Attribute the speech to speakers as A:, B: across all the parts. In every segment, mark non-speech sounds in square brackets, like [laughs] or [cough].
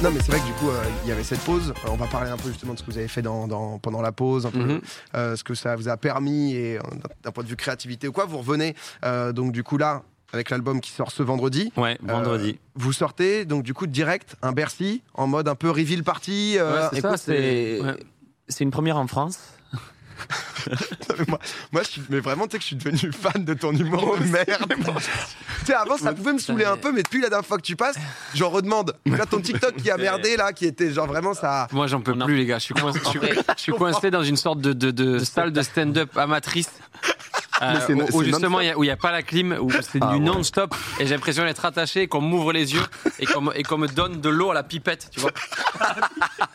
A: Non, mais c'est vrai que du coup, euh, il y avait cette pause. Euh, on va parler un peu justement de ce que vous avez fait dans, dans- pendant la pause, un peu
B: Mhm.
A: euh, ce que ça vous a permis et euh, d'un- d'un point de vue créativité ou quoi. Vous revenez euh, donc du coup là avec l'album qui sort ce vendredi.
B: Ouais, vendredi.
A: Vous sortez donc du coup direct un Bercy en mode un peu reveal party. euh,
C: Ouais, c'est ça,
B: Écoute, c'est
C: c'est-
B: ouais. c'est une première en France.
A: mais moi, moi, je suis, mais vraiment, tu sais que je suis devenu [laughs] fan de ton humour de merde. tu sais, avant, ça pouvait me saouler un peu, mais depuis la dernière fois que tu passes, j'en redemande. Là, ton TikTok qui a merdé, là, qui était genre vraiment ça.
B: Moi, j'en peux
C: Non.
B: plus, les gars. Je suis, coin- [laughs] je suis- je suis coincé dans une sorte de, de- de salle de stand-up amatrice. euh,
D: Mais c'est-
B: où- où,
D: c'est
B: justement il y a- où il n'y a pas la clim, où c'est
D: Ah
B: du
D: ouais.
B: non-stop, et j'ai l'impression d'être attaché, et qu'on m'ouvre les yeux et qu'on me- et qu'on me donne de l'eau à la pipette, tu vois.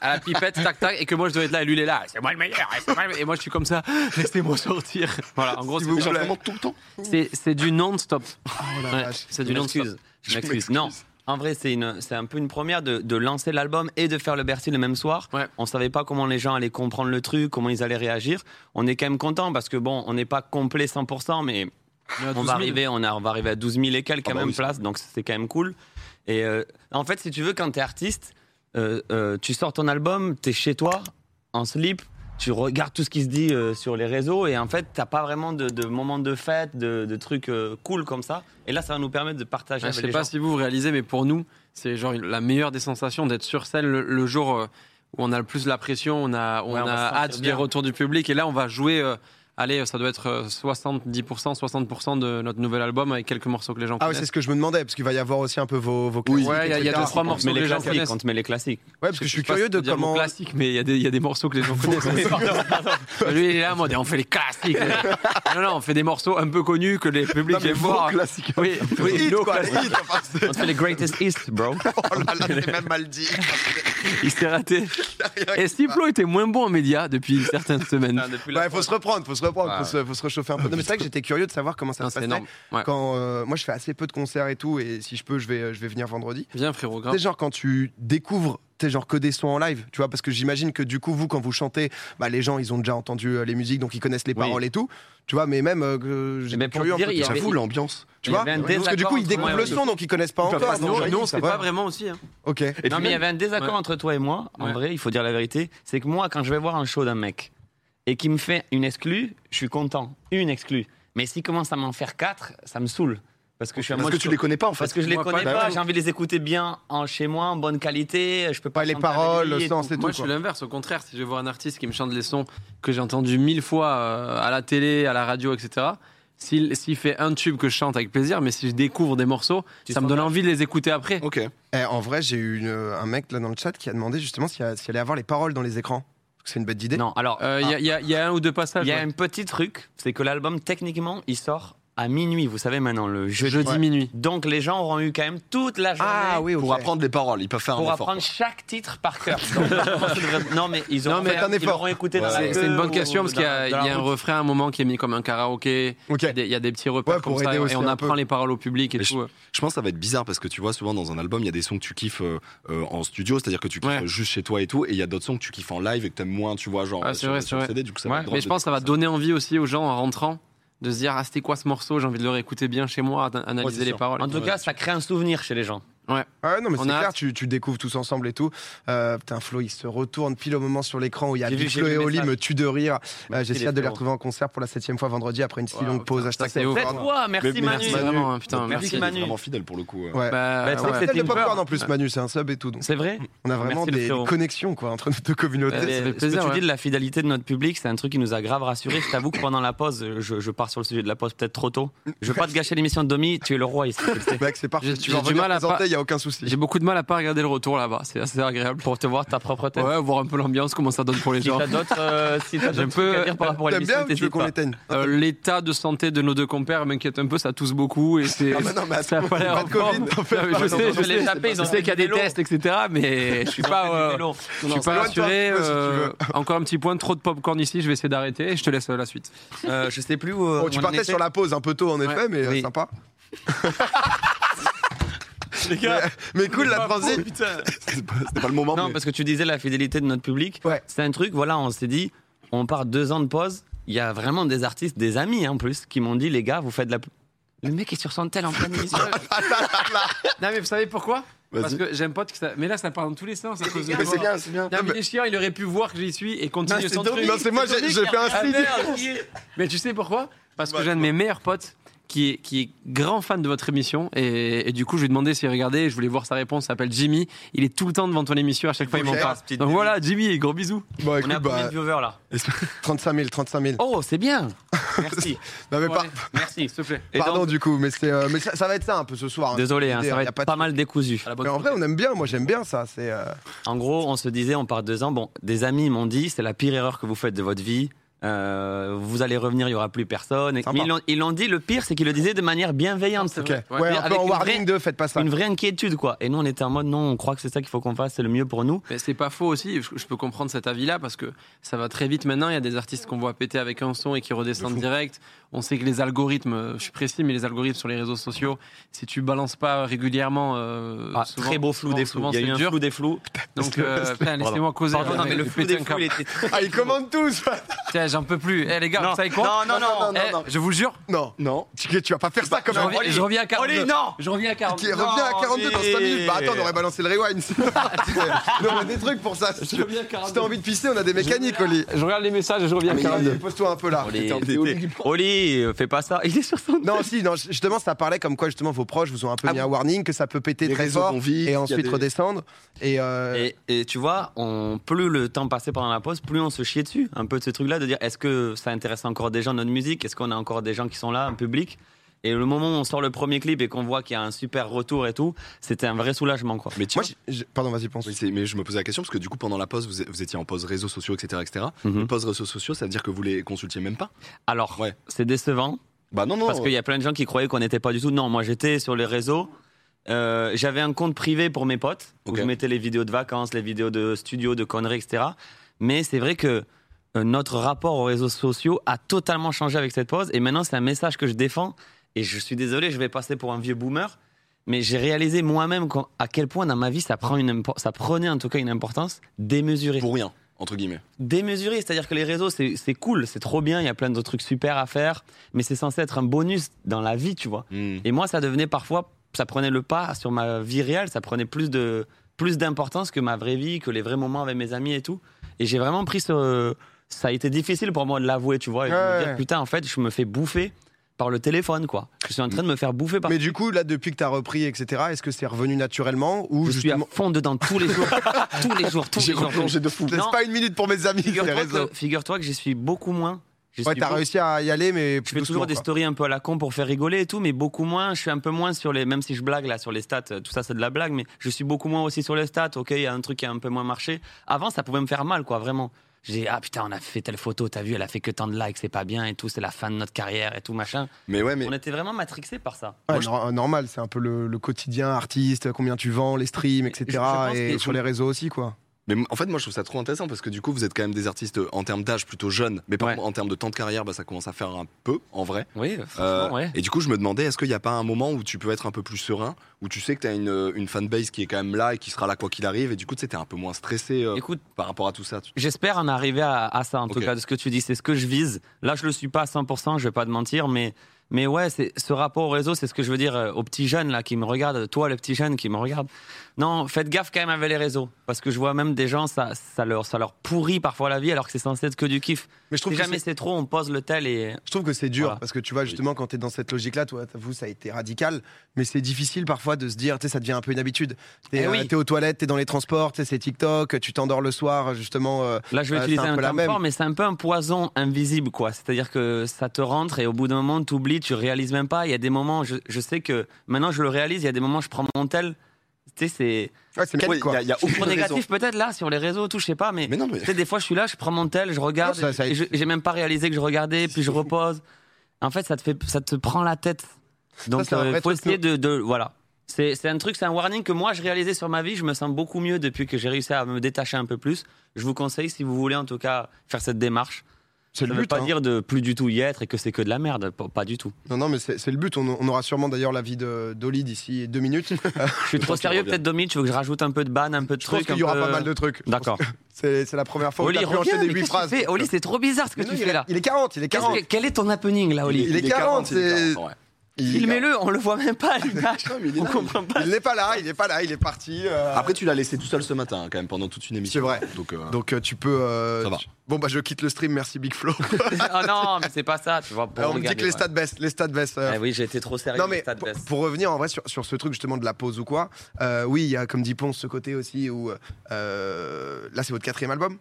B: à la pipette, tac tac, et que moi je dois être là et lui il est là, c'est moi le meilleur, c'est moi le meilleur. et moi je suis comme ça, [laughs] laissez-moi sortir. Voilà, en gros,
A: S'il
B: c'est-
A: vous
D: Genre
A: plaît. Ah,
D: vraiment tout le temps.
B: c'est c'est du non-stop. Ouais,
A: vache.
B: c'est
C: Je
B: du non-stop.
C: m'excuse. Je m'excuse. Non. En vrai, c'est une, c'est un peu une première de, de lancer l'album et de faire le Bercy le même soir.
B: Ouais.
C: On savait pas comment les gens allaient comprendre le truc, comment ils allaient réagir. On est quand même content parce que bon, on n'est pas complet 100%, mais on va arriver, on, a- on va arriver à 12 000 et quelques
D: Ah
C: quand
D: bah
C: même
D: oui, ça.
C: places, donc c'est quand même cool. Et euh, en fait, si tu veux, quand t'es artiste, euh, euh, tu sors ton album, t'es chez toi, en slip, tu regardes tout ce qui se dit euh, sur les réseaux, et en fait, t'as pas vraiment de, de moments de fête, de, de trucs euh, cool comme ça. Et là, ça va nous permettre de partager
B: Ouais, Ah, je
C: avec
B: sais
C: les
B: pas
C: gens.
B: si vous vous réalisez, mais pour nous, c'est genre une- la meilleure des sensations d'être sur scène le, le jour euh, où on a le plus la pression, on a, on
C: Ouais, on
B: a
C: va se sentir
B: hâte des
C: bien.
B: retours du public. Et là, on va jouer, euh, allez, ça doit être euh, 70%, 60% de notre nouvel album avec quelques morceaux que les gens
A: Ah ouais, c'est
B: connaissent.
A: ce que je me demandais, parce qu'il va y avoir aussi un peu vos, vos
B: Oui.
A: classiques,
B: Ouais, il y a- il y a
A: etc.
B: deux, trois
C: On te
B: morceaux
C: met
B: que
C: les
B: les gens
C: classiques,
B: connaissent.
C: on te met les classiques.
A: Ouais, parce que je suis
B: sais pas
A: curieux
B: si
A: de
B: on peut dire le mot
A: comment.
B: classique, mais il y, a des- il y a des morceaux que les gens connaissent. [laughs] Lui, il est là en mode, on fait les
A: [laughs]
B: classiques. non, non, on fait des morceaux un peu connus que les
D: Non,
B: publics
D: mais
B: aiment voir.
D: classique.
B: Oui,
A: Oui,
B: oui,
A: hit,
B: nos
A: quoi, les
B: classiques.
A: hits, enfin, c'est-
C: On te fait les greatest hits, [laughs] bro.
A: [laughs] oh là
B: [laughs]
A: là, c'est même mal dit.
B: il
A: [laughs]
B: s'est raté. Et si Flo était moins bon en médias depuis certaines
A: [laughs]
B: semaines
C: Ah,
A: Il faut se reprendre, faut se reprendre, faut, se, faut se réchauffer un
B: [laughs]
A: peu. Non, mais c'est vrai que j'étais curieux de savoir comment ça
B: Non,
A: se
B: C'est
A: passait.
B: énorme. Ouais.
A: Quand, euh, moi, je fais assez peu de concerts et tout, et si je peux, je vais, je vais venir vendredi.
B: Viens, frérot, grave.
A: Tu sais, genre quand tu découvres t'es genre que des sons en live, tu vois, parce que j'imagine que du coup, vous, quand vous chantez, bah, les gens, ils ont déjà entendu euh, les musiques, donc ils connaissent les paroles et tout, tu vois, mais même, euh, que j'ai
C: Mais pour
A: curieux un
C: dire,
A: peu,
C: il y
A: tu vois,
C: avait-
D: J'avoue, l'ambiance.
A: tu
C: il y
A: vois,
C: avait un
A: parce que du coup, ils découvrent
C: désaccord entre
A: le
C: moi
A: son,
C: et
A: donc ils connaissent pas
D: Ils peuvent
A: encore.
D: pas se
A: donc,
D: rejoindre,
A: ils
B: Nous, on
A: savent
B: sait pas vraiment aussi. hein.
A: Ok.
D: Et
C: non,
D: puis
C: mais il y
D: même-
C: avait un désaccord
B: Ouais.
C: entre toi et moi. En
B: Ouais.
C: vrai, il faut dire la vérité. C'est que moi, quand je vais voir un show d'un mec et qu'il me fait une exclue, je suis content. Une exclue. Mais s'il commence à m'en faire quatre, ça me saoule. Parce que je suis à
D: Parce
C: moi,
D: que
C: je
D: tu
C: trouve-
D: les connais pas en fait.
C: Parce que je les
B: Moi, pas
C: connais
B: du
C: pas,
B: tout.
C: j'ai envie de les écouter bien en chez moi, en bonne qualité. Je peux pas
A: Pas les
C: chanter avec
A: paroles,
C: lui
A: le
C: et
A: sens
C: tout.
A: et tout.
B: Moi, je suis
A: quoi.
B: l'inverse. Au contraire, si je vois un artiste qui me chante les sons que j'ai entendus mille fois euh, à la télé, à la radio, etc., s'il s'il fait un tube que je chante avec plaisir, mais si je découvre des morceaux,
C: Tu
B: ça me
C: sens
B: donne
C: bien.
B: envie de les écouter après.
D: Ok.
A: Eh, en vrai, j'ai eu une- un mec là dans le chat qui a demandé justement s'il y a- s'il allait avoir les paroles dans les écrans. C'est une bête d'idée.
C: Non, alors,
B: Euh, Il y, a- il y a- il y a un ou deux passages.
C: il y a
B: ouais.
C: un petit truc, c'est que l'album, techniquement, il sort à minuit. Vous savez maintenant, le jeudi.
B: Jeudi minuit.
C: Donc les gens auront eu quand même toute la journée.
A: Ah oui, ok.
D: Pour apprendre les paroles, ils peuvent faire
C: pour
D: un effort.
C: apprendre chaque titre par [laughs] cœur. Donc, je pense qu'ils devraient- non, mais ils
A: Non,
C: auront,
A: mais
C: fait-
A: un
C: ils
A: effort.
C: l'auront écouté dans la
B: C'est
C: queue
B: c'est une bonne
C: ou
B: question parce
C: dans-
B: qu'il y a,
C: dans la
B: il y a un
C: route.
B: refrain à un moment qui est mis comme un karaoké.
A: Ok.
B: Il y a des- il y, a des petits repères
A: Ouais, pour
B: comme ça
A: aider aussi
B: et on
A: un
B: apprend
A: peu.
B: les paroles au public et
D: Mais
B: tout. euh.
D: Je pense que ça va être bizarre parce que tu vois, souvent dans un album, il y a des sons que tu kiffes euh, euh, en studio, c'est-à-dire que tu kiffes
B: Ouais.
D: euh, juste chez toi et tout, et il y a d'autres sons que tu kiffes en live et que t'aimes moins, tu vois, genre
B: Ah,
D: euh,
B: c'est
D: sur,
B: vrai,
D: sur
B: c'est
D: le
B: vrai.
D: CD, du coup ça
C: Ouais,
D: va être drôle
B: Mais je pense que ça va
D: de-
B: donner envie aussi aux gens en rentrant de se dire Ah, c'était quoi ce morceau J'ai envie de le réécouter bien chez moi, d'an- analyser les
D: sûr.
B: paroles.
C: En tout cas, ça crée un souvenir chez les gens.
A: Ah Ouais, non, mais
B: On
A: c'est
B: a
A: clair,
B: hâte.
A: tu, tu découvres tous ensemble et tout. Euh, putain, Flo, il se retourne pile au moment sur l'écran où il y a
C: J'ai vu,
A: Big
C: j'ai
A: Flo
C: vu
A: et
C: le
A: Oli
C: message.
A: me tue de rire. Euh, J'essaie
C: les
A: de les
C: Flo.
A: retrouver en concert pour la septième fois vendredi après une si
B: Wow,
A: longue
B: putain,
A: pause.
B: ça,
A: Hashtag
B: c'est
A: Flo
B: ouf.
A: Ford.
C: Faites-moi, merci
D: Mais
C: Manu.
D: merci,
B: Merci vraiment, hein, putain,
D: Notre public,
B: merci.
D: il est
C: Manu.
D: vraiment fidèle pour le coup. euh.
A: Ouais.
B: Bah,
C: Bah, tu
A: on
C: sais que
B: ouais.
A: fait
C: c'était
A: le
C: une peur.
A: popcorn en plus, Manu, c'est un sub et tout. Donc
C: C'est vrai
A: on a vraiment
C: Merci, le
A: des
C: frérot.
A: connexions quoi, entre nos deux communautés.
B: Ouais,
C: Mais
B: fait
C: Ce
B: plaisir,
C: que tu
B: ouais.
C: dis de la fidélité de notre public, c'est un truc qui nous a grave rassuré. Je t'avoue que pendant la pause, je, je pars sur le sujet de la pause peut-être trop tôt. Je veux pas te gâcher l'émission de Domi, tu es le roi ici. tu le sais.
A: [laughs] Mec, c'est parfait.
B: J'ai-
A: Tu
B: j'ai
A: vas
B: du
A: revenir
B: mal à
A: présenter,
B: pas-
A: il y a aucun souci.
B: J'ai beaucoup de mal à pas regarder le retour là-bas, c'est assez agréable.
C: Pour te voir ta propre tête.
B: Ouais, voir un peu l'ambiance, comment ça donne pour les
C: Si
B: gens.
C: t'as d'autres euh, si t'as
B: J'ai un
C: d'autres
B: peu-
C: trucs à dire par rapport à
A: T'aimes
C: l'émission,
A: bien ou tu veux
C: t'hésites
A: qu'on
C: pas.
A: l'éteigne
B: Euh, L'état de santé de nos deux compères m'inquiète un peu, ça tousse beaucoup et c'est.
A: Ah
B: [laughs]
A: bah non, mais
C: [laughs]
B: ça a
A: attends,
B: pas l'air
A: pas de
B: en forme.
A: Covid, t'en fais
B: [laughs] Non, mais
A: pas.
B: Je sais,
C: Ils ont
B: je
C: fait
B: sais,
C: les tapés, ils
B: je
C: ont
B: sais qu'il y a des
C: fait des
B: tests, etc. Mais je suis pas, euh,
C: Vélo.
B: je suis pas
A: loin de toi,
B: rassuré.
A: si tu
B: euh,
A: veux.
B: Encore un petit point, trop de popcorn ici, je vais essayer d'arrêter et je te laisse euh, la suite.
C: Euh, je sais plus où. euh,
B: Oh,
A: Bon, tu
C: on en
A: partais
C: était.
A: sur la pause un peu tôt en effet, mais euh,
C: oui.
A: sympa.
C: [laughs] Les gars,
A: [laughs] Mais cool
C: Oh,
A: la transit.
D: C'était pas [laughs] c'était pas le moment.
C: Non,
D: mais-
C: parce que tu disais la fidélité de notre public.
A: Ouais.
C: C'est un truc, voilà, on s'est dit, on part deux ans de pause. Il y a vraiment des artistes, des amis hein, en plus, qui m'ont
A: [laughs]
C: dit,
A: Ah,
C: les gars, vous faites de la. Le mec est sur son tel en pleine mission.
B: Non, mais vous savez pourquoi Parce
D: Vas-y.
B: que j'aime pas que ça. Mais là, ça part dans tous les sens à cause de
D: Mais
B: moi.
D: c'est bien, c'est bien.
B: Non, mais
A: mais-
B: il est chiant, il aurait pu voir que j'y suis et continuer son truc.
A: Non, c'est moi, j'ai j'ai fait un
B: Ah,
A: signe.
B: merde, qui est- Mais tu sais pourquoi Parce que j'ai un de mes meilleurs potes qui est, qui est grand fan de votre émission et, et du coup je lui ai demandé s'il regardait et je voulais voir sa réponse, il s'appelle Jimmy, il est tout le temps devant ton émission, à chaque fois il m'en
A: Bonjour,
B: parle.
C: petite
B: Donc
C: Jimmy.
B: voilà Jimmy, et gros bisous.
A: Bon,
C: On a
A: écoute,
C: combien
A: bah, euh,
C: de viewers là
A: 35 000, 35 000.
C: Oh, c'est bien. Merci.
A: Non, mais
B: Bon,
A: par-
B: allez, Merci, s'il te plaît. Et
A: pardon
B: dans-
A: du coup, mais, c'est, euh, mais ça, ça va être ça un peu ce soir. hein.
C: Désolé, hein,
A: L'idée,
C: ça va
A: y a
C: être
A: pas
C: pas,
A: de-
C: mal décousu.
B: à la bonne
A: Mais en vrai, on aime bien, moi j'aime bien ça. C'est euh,
C: En gros, on se disait, on part deux ans. Bon, des amis m'ont dit, c'est la pire erreur que vous faites de votre vie. Euh, vous allez revenir, il n'y aura plus personne. Et-
A: Sympa.
C: Mais ils l'ont- ils l'ont dit, le pire, c'est qu'ils le disaient de manière bienveillante.
B: C'est vrai.
A: ouais,
B: Ouais.
A: un peu
C: avec
A: en
C: une
A: warning
C: vraie-
A: 2, faites pas ça.
C: Une vraie inquiétude, quoi. Et nous, on était en mode, non, on croit que c'est ça qu'il faut qu'on fasse, c'est le mieux pour nous.
B: Mais Ben, c'est pas faux aussi, je, je peux comprendre cet avis-là parce que ça va très vite maintenant. Il y a des artistes qu'on voit péter avec un son et qui redescendent direct. On sait que les algorithmes, euh, je suis précis, mais les algorithmes sur les réseaux sociaux, si tu balances pas régulièrement, euh,
C: Ah,
B: souvent-
C: très beau flou
B: souvent-
C: des flous.
B: souvent,
C: Il y a
B: c'est
C: eu un
B: dur.
C: flou des flous. [laughs]
B: Donc, euh, putain, laissez-moi causer.
C: Pardon,
B: là,
C: non, mais le
B: je vais
C: flou
B: péter
C: des
B: un
C: flous,
B: câble.
C: il était très.
A: Ah, ils commandent tous [laughs]
B: Tiens, j'en peux plus. Eh, les gars, vous savez quoi
C: non, non, non,
A: non,
B: Eh, Je vous jure,
A: Non,
D: Non.
A: tu, tu vas pas faire ça
C: Bah,
A: comme
B: je
A: un
B: reviens, je reviens à 42.
C: Oli, non
B: Je reviens à 42.
A: Qui revient à 42 dans 5 minutes. Bah attends, on aurait balancé le rewind. [laughs] sinon. on aurait des trucs pour ça. Si tu-
B: reviens à
A: si t'as envie de pisser, on a des mécaniques, Oli.
B: Je regarde les messages et je
C: Ah,
B: reviens à
A: Mais
B: 42.
A: Oli, Pose-toi un peu là.
C: Oli, Oli, euh, fais pas ça. [laughs] Il est sur son.
A: Non, si, non, justement, ça parlait comme quoi justement vos proches vous ont un peu
C: Ah
A: mis
C: bon
A: un warning que ça peut péter
D: Les
A: très
D: réseaux
A: fort
D: vont vite, y
A: et
D: a
A: ensuite
D: des-
A: redescendre. Et, euh,
C: Et, et tu vois, on, plus le temps passé pendant la pause, plus on se chiait dessus. Un peu de ce truc-là, de dire est-ce que ça intéresse encore des gens notre musique Est-ce qu'on a encore des gens qui sont là, un public Et le moment où on sort le premier clip et qu'on voit qu'il y a un super retour et tout, c'était un vrai soulagement, quoi.
D: Mais tu
A: moi, j'ai- j'ai- pardon, vas-y, pense.
D: Oui, c'est- mais je me posais la question parce que du coup, pendant la pause, vous, é- vous étiez en pause réseaux sociaux, etc. etc.
C: Mhm.
D: Une pause réseaux sociaux, ça veut dire que vous les consultiez même pas
C: Alors,
D: Ouais.
C: c'est décevant
D: Bah non, non.
C: parce qu'il y a plein de gens qui croyaient qu'on n'était pas du tout. Non, moi j'étais sur les réseaux. Euh, j'avais un compte privé pour mes potes où
D: Ok.
C: je mettais les vidéos de vacances, les vidéos de studio, de conneries, etc. Mais c'est vrai que euh, notre rapport aux réseaux sociaux a totalement changé avec cette pause. Et maintenant, c'est un message que je défends. Et je suis désolé, je vais passer pour un vieux boomer. Mais j'ai réalisé moi-même qu'en- à quel point dans ma vie ça, prend une impo- ça prenait en tout cas une importance démesurée
D: pour rien, entre guillemets.
C: démesuré. C'est-à-dire que les réseaux, c'est c'est cool, c'est trop bien, il y a plein de trucs super à faire, mais c'est censé être un bonus dans la vie, tu vois.
D: Hmm.
C: Et moi, ça devenait parfois, ça prenait le pas sur ma vie réelle, ça prenait plus de plus d'importance que ma vraie vie, que les vrais moments avec mes amis et tout. Et j'ai vraiment pris ce... Ça a été difficile pour moi de l'avouer, tu vois, et de me
A: Ouais.
C: dire, putain, en fait, je me fais bouffer par le téléphone, quoi. Je suis en train de me faire bouffer par...
A: Mais du coup, là, depuis que t'as repris, etc., est-ce que c'est revenu naturellement ou
C: je suis à
A: justement.
C: fond dedans tous les
A: [laughs]
C: jours, tous les jours, tous les jours.
A: de fou.
C: Non.
A: Laisse pas une minute pour mes amis, les
C: Figure-toi
A: réseaux.
C: que, figure-toi que j'y suis beaucoup moins. J'y
A: Ouais,
C: suis
A: t'as
C: beaucoup-
A: réussi à y aller, mais
C: Je
A: plus
C: fais toujours
A: doucement,
C: des
A: quoi.
C: stories un peu à la con pour faire rigoler et tout, mais beaucoup moins. Je suis un peu moins sur les. Même si je blague là sur les stats, euh, tout ça c'est de la blague, mais je suis beaucoup moins aussi sur les stats. Ok, il y a un truc qui a un peu moins marché. Avant, ça pouvait me faire mal, quoi, vraiment. J'ai ah putain, on a fait telle photo, t'as vu, elle a fait que tant de likes, c'est pas bien et tout, c'est la fin de notre carrière et tout machin.
D: Mais ouais, mais
C: On était vraiment matrixés par ça.
A: Ouais, nor- euh, Normal, c'est un peu le, le quotidien artiste, combien tu vends, les streams, etc.
C: je pense
A: et
C: que-
A: sur les réseaux aussi, quoi.
D: Mais m- en fait, moi, je trouve ça trop intéressant parce que du coup, vous êtes quand même des artistes euh, en termes d'âge plutôt jeunes, mais par
C: Ouais.
D: contre, en termes de temps de carrière, bah, ça commence à faire un peu, en vrai.
C: Oui,
D: Euh,
C: franchement, ouais.
D: Et du coup, je me demandais, est-ce qu'il n'y a pas un moment où tu peux être un peu plus serein, où tu sais que tu as une, euh, une fanbase qui est quand même là et qui sera là quoi qu'il arrive, et du coup, tu sais, t'es un peu moins stressé euh,
C: Écoute,
D: par rapport à tout ça. tu-
C: J'espère en arriver à, à ça, en tout
D: Ok.
C: cas, de ce que tu dis. C'est ce que je vise. Là, je le suis pas à 100%, je vais pas te mentir, mais, mais ouais, c'est, ce rapport au réseau, c'est ce que je veux dire euh, aux petits jeunes là, qui me regardent, toi, le petit jeune qui me regarde. Non, faites gaffe quand même avec les réseaux, parce que je vois même des gens, ça, ça, leur, ça leur pourrit parfois la vie, alors que c'est censé être que du kiff.
A: Mais je trouve
C: Si
A: que
C: jamais c'est trop, on pose le tel et.
A: Je trouve que c'est dur
C: Voilà.
A: parce que tu vois justement quand tu es dans cette logique là, toi vous ça a été radical, mais c'est difficile parfois de se dire, tu sais ça devient un peu une habitude. T'es
C: Eh
A: euh,
C: oui.
A: t'es aux toilettes, t'es dans les transports, tu sais, c'est TikTok, tu t'endors le soir justement. euh,
C: Là, je vais
A: Ouais,
C: utiliser
A: c'est un
C: un,
A: peu la
C: terme
A: même.
C: fort, mais c'est un peu un poison invisible, quoi. C'est-à-dire que ça te rentre et au bout d'un moment, tu oublies, tu réalises même pas. Il y a des moments, je, je sais que maintenant je le réalise, il y a des moments, je prends mon tel. Tu sais, c'est.
A: Ouais, c'est mécanique,
D: Ouais, Il n'y
A: quoi.
D: a, il y a aucune
C: Trop
D: raison.
C: négatif peut-être là sur les réseaux, tout je sais pas, mais,
D: Mais non, mais
C: tu sais, des fois je suis là, je prends mon tel, je regarde,
A: Non, ça- ça-
C: et je- et j'ai même pas réalisé que je regardais, puis je repose. En fait, ça te fait, ça te prend la tête. Donc
A: c'est un
C: euh,
A: vrai
C: faut
A: truc,
C: essayer de, de- voilà. C'est c'est un truc, c'est un warning que moi je réalisais sur ma vie. Je me sens beaucoup mieux depuis que j'ai réussi à me détacher un peu plus. Je vous conseille, si vous voulez en tout cas, faire cette démarche.
A: C'est
C: Ça
A: le
C: ne veut
A: but.
C: pas
A: hein.
C: dire de plus du tout y être et que c'est que de la merde, pas, pas du tout.
A: Non non mais c'est c'est le but. On, on aura sûrement d'ailleurs l'avis de d'Oli d'ici deux [laughs] minutes.
C: Je suis trop
D: pense qu'il
C: sérieux
D: revient.
C: peut-être, Domi. Tu veux que je rajoute un peu de ban, un peu de
A: Je
C: trucs.
A: pense qu'il
C: un
A: y aura
C: peu-
A: pas mal de trucs. Je pense [laughs]
C: D'accord.
A: que C'est c'est la première fois où
C: Oli,
A: t'as pu
C: reviens,
A: enchaîner huit
C: mais qu'est-ce que tu
A: phrases.
C: fais Oli, c'est trop bizarre ce que
A: Mais non,
C: tu
A: il
C: fais
A: est-
C: là.
A: Il est 40, il est
C: Qu'est-ce
A: 40.
C: que- quel est ton happening là, Oli
A: Il est 40,
D: il est
A: c'est-
D: 40, ouais.
A: Il-
C: Filmez-le, on le voit même pas à [laughs] l'image.
D: Putain, mais il est
C: On
D: dingue.
C: comprend pas.
A: Il n'est pas là, il n'est pas là, il est parti. euh,
D: Après, tu l'as laissé tout seul ce matin, hein, quand même, pendant toute une émission.
A: C'est vrai.
D: Donc, euh,
A: Donc euh, tu peux. euh,
D: Ça va.
A: tu- Bon bah je quitte le stream, merci Big Flo.
C: Ah non, mais c'est pas ça, tu vois. pour
A: Euh, on me dit
C: regarder,
A: que les
C: ouais.
A: stats baissent, les stats baissent. euh,
C: Ah oui, j'ai été trop sérieux.
A: Non
C: les
A: mais
C: stats
A: pour,
C: baissent.
A: pour revenir en vrai sur, sur ce truc justement de la pause ou quoi, euh, oui il y a comme dit Ponce ce côté aussi où euh, là c'est votre quatrième album.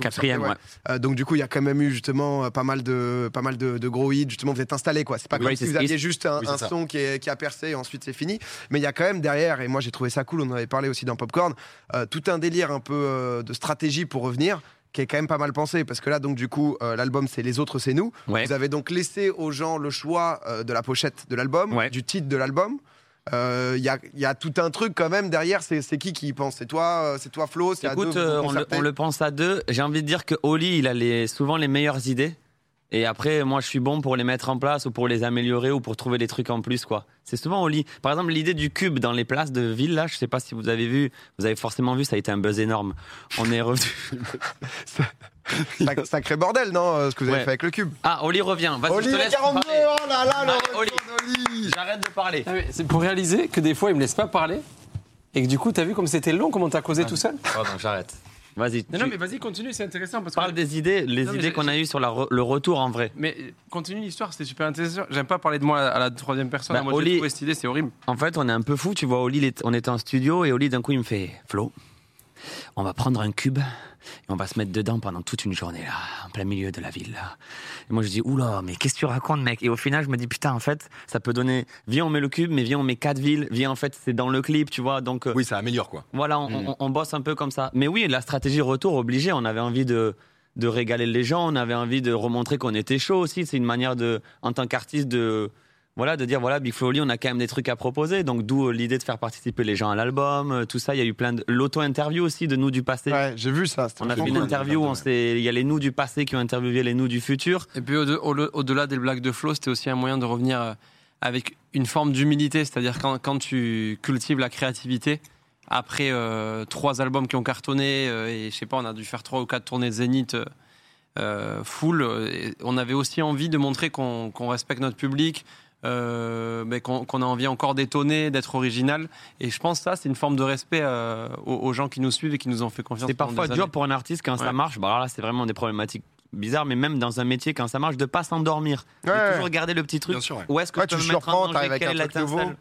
C: Quatrième,
A: Ouais.
C: ouais.
A: Euh, donc du coup il y a quand même eu justement euh, pas mal de pas mal de, de gros hits justement vous êtes installés quoi. C'est pas
C: Oui,
A: comme si
C: c'est-
A: vous aviez juste un,
D: Oui, c'est
A: un
D: ça.
A: son qui, est- qui a percé et ensuite c'est fini. Mais il y a quand même derrière et moi j'ai trouvé ça cool on en avait parlé aussi dans Popcorn euh, tout un délire un peu euh, de stratégie pour revenir qui est quand même pas mal pensé parce que là donc du coup euh, l'album c'est les autres c'est nous.
C: Ouais.
A: Vous avez donc laissé aux gens le choix euh, de la pochette de l'album,
C: Ouais.
A: du titre de l'album. Euh, Il y, a, il y a tout un truc quand même derrière. C'est c'est qui qui y pense C'est toi, euh, c'est toi Flo, c'est à deux.
C: Écoute,
A: vous
C: euh, on, le,
A: concertez
C: on le pense à deux. J'ai envie de dire que Oli, il a les- souvent les meilleures idées. Et après, moi, je suis bon pour les mettre en place ou pour les améliorer ou pour trouver des trucs en plus, quoi. C'est souvent Oli. Par exemple, l'idée du cube dans les places de ville, là, je sais pas si vous avez vu, vous avez forcément vu, ça a été un buzz énorme. On est revenu.
A: Sac- Sacré bordel, non euh, Ce que vous avez
C: Ouais.
A: fait avec le cube.
C: Ah, Oli revient. Vas-y, je te
A: Olivier
C: laisse
A: 42,
C: parler.
A: oh là là, le
C: Ah,
A: retour
C: Oli.
A: d'Oli.
C: J'arrête de parler.
B: Ah oui, C'est pour réaliser que des fois, il me laisse pas parler. Et que du coup, t'as vu comme c'était long, comment t'as causé tout seul
C: Pardon, j'arrête. Vas-y.
B: Non,
C: Ah, tu
B: non, mais vas-y, continue, c'est intéressant. Parce que...
C: Parle des idées, les
B: Non, mais
C: idées
B: j'ai-
C: qu'on a eues sur la re- le retour en vrai.
B: Mais euh, continue l'histoire, c'était super intéressant. J'aime pas parler de moi à la troisième personne.
C: Bah,
B: moi, j'ai
C: Oli-
B: trouvé cette idée, c'est horrible.
C: En fait, on est un peu fou, tu vois. Oli, il est- on était en studio et Oli, d'un coup, il me fait Flo, on va prendre un cube et on va se mettre dedans pendant toute une journée, là, en plein milieu de la ville. Là. Et moi, je dis Oula, mais qu'est-ce que tu racontes, mec Et au final, je me dis Putain, en fait, ça peut donner. Viens, on met le cube, mais viens, on met quatre villes. Viens, en fait, c'est dans le clip, tu vois. Donc, euh,
D: oui, ça améliore, quoi.
C: voilà, on,
D: Mm.
C: on- on bosse un peu comme ça. Mais oui, la stratégie retour obligée, on avait envie de, de régaler les gens, on avait envie de remontrer qu'on était chaud aussi. C'est une manière de, en tant qu'artiste, de, voilà, de dire voilà, Big Flo Oli, on a quand même des trucs à proposer. Donc d'où euh, l'idée de faire participer les gens à l'album, euh, tout ça. Il y a eu plein de l'auto-interview aussi de nous du passé.
A: Ouais, j'ai vu ça. c'était
C: On a fait
A: vraiment
C: une
A: cool.
C: interview, on s'est- il y a les nous du passé qui ont interviewé les nous du futur.
B: Et puis, au-de- au- au-delà des blagues de Flo, c'était aussi un moyen de revenir euh, avec une forme d'humilité. C'est-à-dire, quand, quand tu cultives la créativité, après euh, trois albums qui ont cartonné, euh, et je sais pas, on a dû faire trois ou quatre tournées de Zénith euh, euh, full, euh, et on avait aussi envie de montrer qu'on qu'on respecte notre public. euh, mais qu'on qu'on a envie encore d'étonner, d'être original. Et je pense que ça, c'est une forme de respect euh, aux, aux gens qui nous suivent et qui nous ont fait confiance.
C: C'est
B: pendant
C: parfois
B: des
C: dur
B: années.
C: pour un artiste quand
B: Ouais.
C: ça marche. Bah alors là, c'est vraiment des problématiques bizarres, mais même dans un métier quand ça marche, de pas s'endormir,
A: Ouais,
C: de
A: ouais.
C: toujours garder le petit truc.
D: sûr, ouais.
C: Où est-ce que
A: Ouais,
C: je
A: tu
C: peux me mettre en
A: surprends,
C: danger
A: t'arrives avec
C: Quelle
A: un
C: est
A: truc nouveau.
C: l'étincelle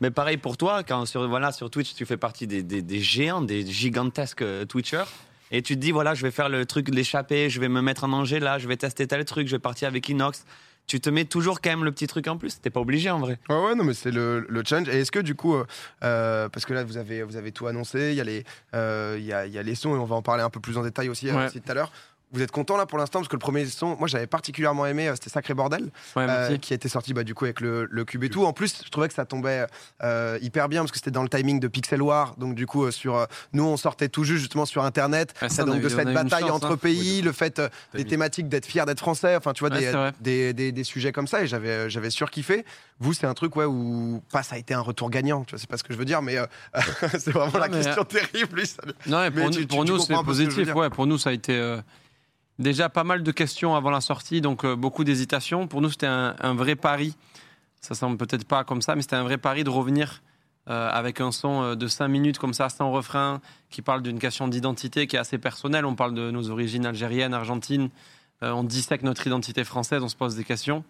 C: Mais pareil pour toi, quand sur, voilà, sur Twitch, tu fais partie des, des- des géants, des gigantesques euh, Twitchers. Et tu te dis, voilà, je vais faire le truc de l'échapper, je vais me mettre en danger là, je vais tester tel truc, je vais partir avec Inox. Tu te mets toujours quand même le petit truc en plus. T'es pas obligé en vrai.
A: Ouais, ouais, non, mais c'est le, le challenge. Et est-ce que du coup, euh, euh, parce que là, vous avez, vous avez tout annoncé, il y, a les, euh, il y, a, il y a les sons et on va en parler un peu plus en détail aussi, euh,
B: Ouais.
A: aussi tout à l'heure. Vous êtes content là pour l'instant parce que le premier son, moi j'avais particulièrement aimé, euh, c'était Sacré Bordel,
B: Ouais,
A: euh,
B: merci.
A: qui était sorti bah, du coup avec le, le cube et tout. En plus, je trouvais que ça tombait euh, hyper bien parce que c'était dans le timing de Pixel War. Donc du coup, euh, sur, euh, nous on sortait tout juste justement sur Internet.
B: Ah, ça,
A: Ça,
B: on a
A: donc
B: eu-
A: de
B: on a eu
A: cette
B: une
A: bataille
B: chance,
A: entre
B: hein.
A: pays, le fait euh,
D: T'as
A: des
D: mis-
A: thématiques d'être fier d'être français, enfin tu vois,
B: Ouais,
A: des,
B: c'est vrai.
A: des, des- des sujets comme ça, et j'avais euh, j'avais surkiffé. Vous, c'est un truc ouais, où pas ça a été un retour gagnant, tu vois, c'est pas ce que je veux dire, mais euh, [laughs] c'est vraiment la
B: mais, euh,
A: question terrible. lui, ça-
B: Non, mais
A: Mais
B: pour,
A: tu-
B: nous-
A: tu-
B: pour
A: tu
B: nous,
A: comprends
B: c'est
A: un peu ce que je veux
B: positif.
A: dire.
B: Ouais, pour nous, ça a été euh, déjà pas mal de questions avant la sortie, donc euh, beaucoup d'hésitations. Pour nous, c'était un, un vrai pari. Ça semble peut-être pas comme ça, mais c'était un vrai pari de revenir euh, avec un son euh, de 5 minutes comme ça, sans refrain, qui parle d'une question d'identité qui est assez personnelle. On parle de nos origines algériennes, argentines. Euh, on dissèque notre identité française, on se pose des questions.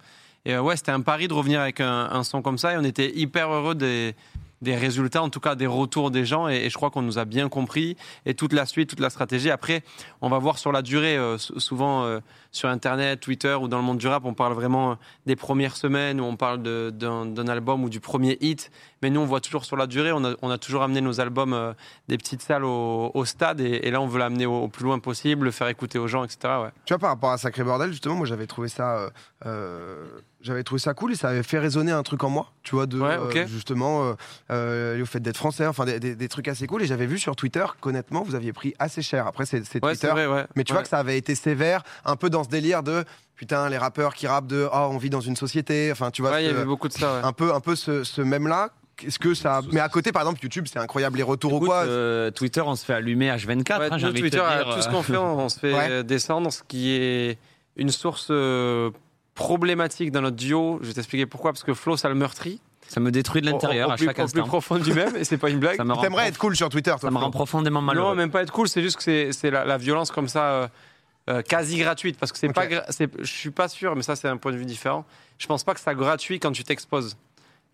B: Et euh, ouais, c'était un pari de revenir avec un, un son comme ça. Et on était hyper heureux des, des résultats, en tout cas des retours des gens. Et, et je crois qu'on nous a bien compris. Et toute la suite, toute la stratégie. Après, on va voir sur la durée. euh, sou- souvent, euh, sur Internet, Twitter ou dans le monde du rap, on parle vraiment euh, des premières semaines, où on parle de- d'un d'un album ou du premier hit. Mais nous, on voit toujours sur la durée. On a, on a toujours amené nos albums euh, des petites salles au, au stade. Et, et là, on veut l'amener au, au plus loin possible, le faire écouter aux gens, etc. Ouais.
A: Tu vois, par rapport à Sacré Bordel, justement, moi j'avais trouvé ça. euh, euh, j'avais trouvé ça cool et ça avait fait résonner un truc en moi, tu vois, de
B: Ouais,
A: euh,
B: ok.
A: justement euh, euh, le fait d'être français, enfin des, des- des trucs assez cool. Et j'avais vu sur Twitter qu'honnêtement, vous aviez pris assez cher. Après, c'est c'est
B: Ouais, c'est
A: Twitter,
B: vrai, ouais.
A: Mais tu
B: Ouais.
A: vois que ça avait été sévère, un peu dans ce délire de putain, les rappeurs qui rappent de oh, on vit dans une société. Enfin, tu vois,
B: Ouais, il y
A: ce-
B: avait beaucoup de ça. ouais.
A: un peu, un peu ce, ce même-là. Est-ce que ça. Mais à côté, par exemple, YouTube, c'est incroyable les retours ou
C: Écoute,
A: quoi.
C: euh, Twitter, on se fait allumer H24.
B: Ouais,
C: hein, j'ai
B: nous,
C: envie de
B: Twitter,
C: te
B: euh,
C: [laughs] dire,
B: tout ce
C: euh,
B: qu'on fait, on, on se fait
A: Ouais.
B: euh, descendre, ce qui est une source euh, problématique dans notre duo. Je vais t'expliquer pourquoi. Parce que Flo, ça le meurtrit.
C: Ça me détruit de l'intérieur
B: Au- au
C: à
B: plus-
C: chaque
B: Au plus
C: instant.
B: profond du même, et c'est pas une blague.
C: [laughs] Ça me rend,
A: T'aimerais être cool sur Twitter, toi.
C: ça me
A: Flo.
C: rend profondément
B: Non,
C: malheureux.
B: même pas être cool, c'est juste que c'est- c'est la, la violence comme ça, euh, euh, quasi gratuite. Parce que c'est
A: Ok.
B: pas. gra- c'est- Je suis pas sûr, mais ça, c'est un point de vue différent. Je pense pas que ça gratuit quand tu t'exposes.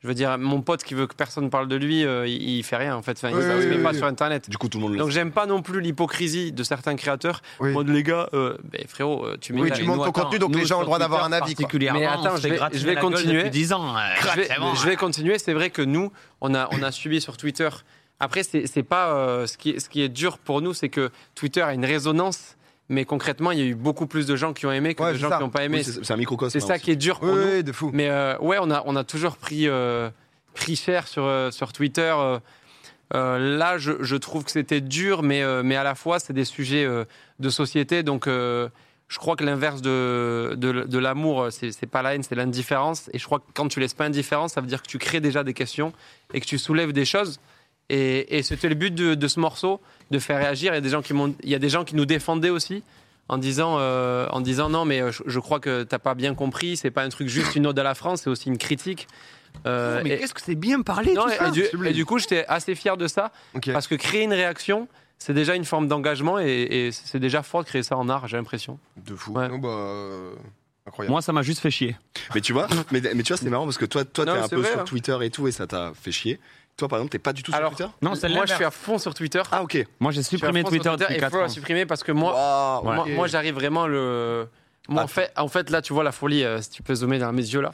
B: Je veux dire, mon pote qui veut que personne parle de lui, euh, il, il fait rien en fait. Enfin, il
A: Oui,
B: se
A: oui,
B: met
A: oui,
B: pas
A: oui.
B: sur internet.
D: Du coup, tout le monde le
B: Donc j'aime pas non plus l'hypocrisie de certains créateurs.
A: Oui.
B: En mode, les gars, euh, ben, frérot, euh, tu mets
A: Oui,
B: la-
A: tu montes ton contenu, donc les gens ont le droit d'avoir un avis, quoi.
B: Mais attends, je vais- je vais continuer.
C: Depuis 10 ans. euh,
B: je vais,
C: c'est bon.
B: je vais continuer. C'est vrai que nous, on a, on a subi sur Twitter. Après, c'est c'est pas euh, ce, qui, est- ce qui est dur pour nous, c'est que Twitter a une résonance, mais concrètement, il y a eu beaucoup plus de gens qui ont aimé que
A: Ouais,
B: de
A: c'est
B: gens
A: ça.
B: qui n'ont pas aimé.
D: Oui, c'est c'est un microcosme.
B: c'est ça
D: hein,
B: qui est dur pour
A: Oui,
B: nous.
A: oui, de fou.
B: Mais euh, ouais, on a, on a toujours pris, euh, pris cher sur, euh, sur Twitter. euh, euh, là, je, je trouve que c'était dur, mais, euh, mais à la fois, c'est des sujets euh, de société. Donc, euh, je crois que l'inverse de, de, de l'amour, euh, c'est c'est pas la haine, c'est l'indifférence. Et je crois que quand tu laisses pas indifférent, ça veut dire que tu crées déjà des questions et que tu soulèves des choses. Et, et c'était le but de, de ce morceau, de faire réagir. Il y a des gens qui, m'ont- il y a des gens qui nous défendaient aussi en disant, euh, en disant non, mais euh, je, je crois que t'as pas bien compris, c'est pas un truc juste une ode à la France, c'est aussi une critique. Euh,
C: Mais
B: et-
C: qu'est-ce que c'est bien parlé
B: non,
C: tout
B: et,
C: ça.
B: du, et du coup, j'étais assez fier de ça,
A: Ok.
B: parce que créer une réaction, c'est déjà une forme d'engagement et, et c'est déjà fort de créer ça en art, j'ai l'impression.
A: De fou.
B: Ouais.
A: Non, bah, euh, incroyable.
C: Moi, ça m'a juste fait chier.
D: Mais tu vois, mais, mais tu vois, c'est marrant parce que toi, toi, t'es
B: Non, mais
D: un
B: c'est
D: peu
B: vrai,
D: sur
B: hein.
D: Twitter et tout, et ça t'a fait chier. Toi, par exemple, t'es pas du tout sur
B: Alors-
D: Twitter.
C: Non,
B: moi,
C: c'est
B: je
C: l'inverse.
B: suis à fond sur Twitter.
D: Ah ok.
C: Moi, j'ai
B: Je suis à
C: supprimé
B: fond sur
C: Twitter depuis
B: et Flo
C: 4
B: a
C: ans.
B: supprimé parce que moi,
D: Waouh,
B: moi,
D: ok.
B: moi, j'arrive vraiment le. Moi, en
D: Attends.
B: fait, en fait, là, tu vois la folie, euh, si tu peux zoomer dans mes yeux, là.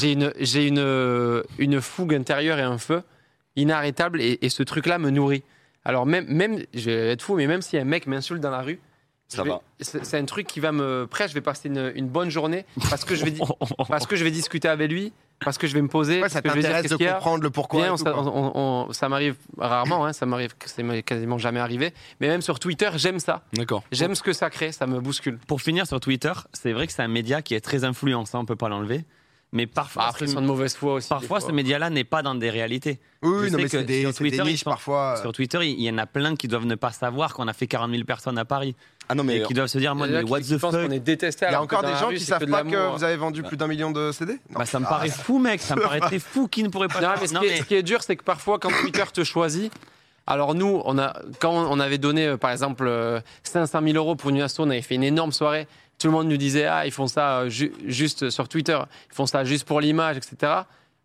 B: J'ai une, j'ai une, une fougue intérieure et un feu inarrêtable et, et ce truc-là me nourrit. Alors, même, même, je vais être fou, mais même si un mec m'insulte dans la rue,
D: ça
B: je vais-
D: va.
B: C'est c'est un truc qui va me. Après, je vais passer une, une bonne journée parce que,
A: [laughs]
B: je vais, di-
C: [laughs]
B: parce que je vais discuter avec lui, parce que je vais me poser.
A: Ouais,
B: parce
A: ça
B: que je vais dire
A: t'intéresse de
B: qu'est-ce qu'il y a.
A: comprendre le pourquoi.
B: Bien,
A: et
B: on
A: tout,
B: s'a-
A: quoi.
B: on- on- ça m'arrive rarement, hein, ça m'arrive que ça m'est quasiment jamais arrivé. Mais même sur Twitter, j'aime ça.
D: D'accord.
B: J'aime ce que ça crée, ça me bouscule.
C: Pour finir sur Twitter, c'est vrai que c'est un média qui est très influent, ça on peut pas l'enlever. Mais
B: Bah,
C: parfois,
B: après, ils
C: ce-
B: sont de mauvaise foi aussi. des
C: parfois ce
B: fois.
C: média-là n'est pas dans des réalités.
A: Oui,
C: je
A: oui, non,
C: sais
A: mais
C: que
A: c'est des, c'est
C: sur
A: des
C: Twitter, ils
A: niches
C: sont-
A: parfois. euh,
C: Sur Twitter, il y en a plein qui doivent ne pas savoir qu'on a fait 40 000 personnes à Paris
D: Ah non mais
C: et qui doivent se dire moi,
B: Il y en a
C: mais
B: qui-
C: what
B: qui
C: the
B: pensent
C: fuck
B: qu'on est détesté.
A: Il y a
B: alors que
A: encore
B: dans
A: des
B: la
A: gens
B: rue,
A: qui
B: c'est
A: savent
B: de
A: pas que
B: l'amour.
A: vous avez vendu plus d'un million de CD Non.
C: Bah, ça me paraît fou, mec. Ça me paraît fou qui ne pourrait pas.
B: Non, mais ce, qui est, ce qui est dur, c'est que parfois, quand Twitter te choisit, alors nous, on a, quand on avait donné, euh, par exemple, euh, 500 000 euros pour une asso, on avait fait une énorme soirée. Tout le monde nous disait, ah, ils font ça euh, ju- juste sur Twitter, ils font ça juste pour l'image, etc.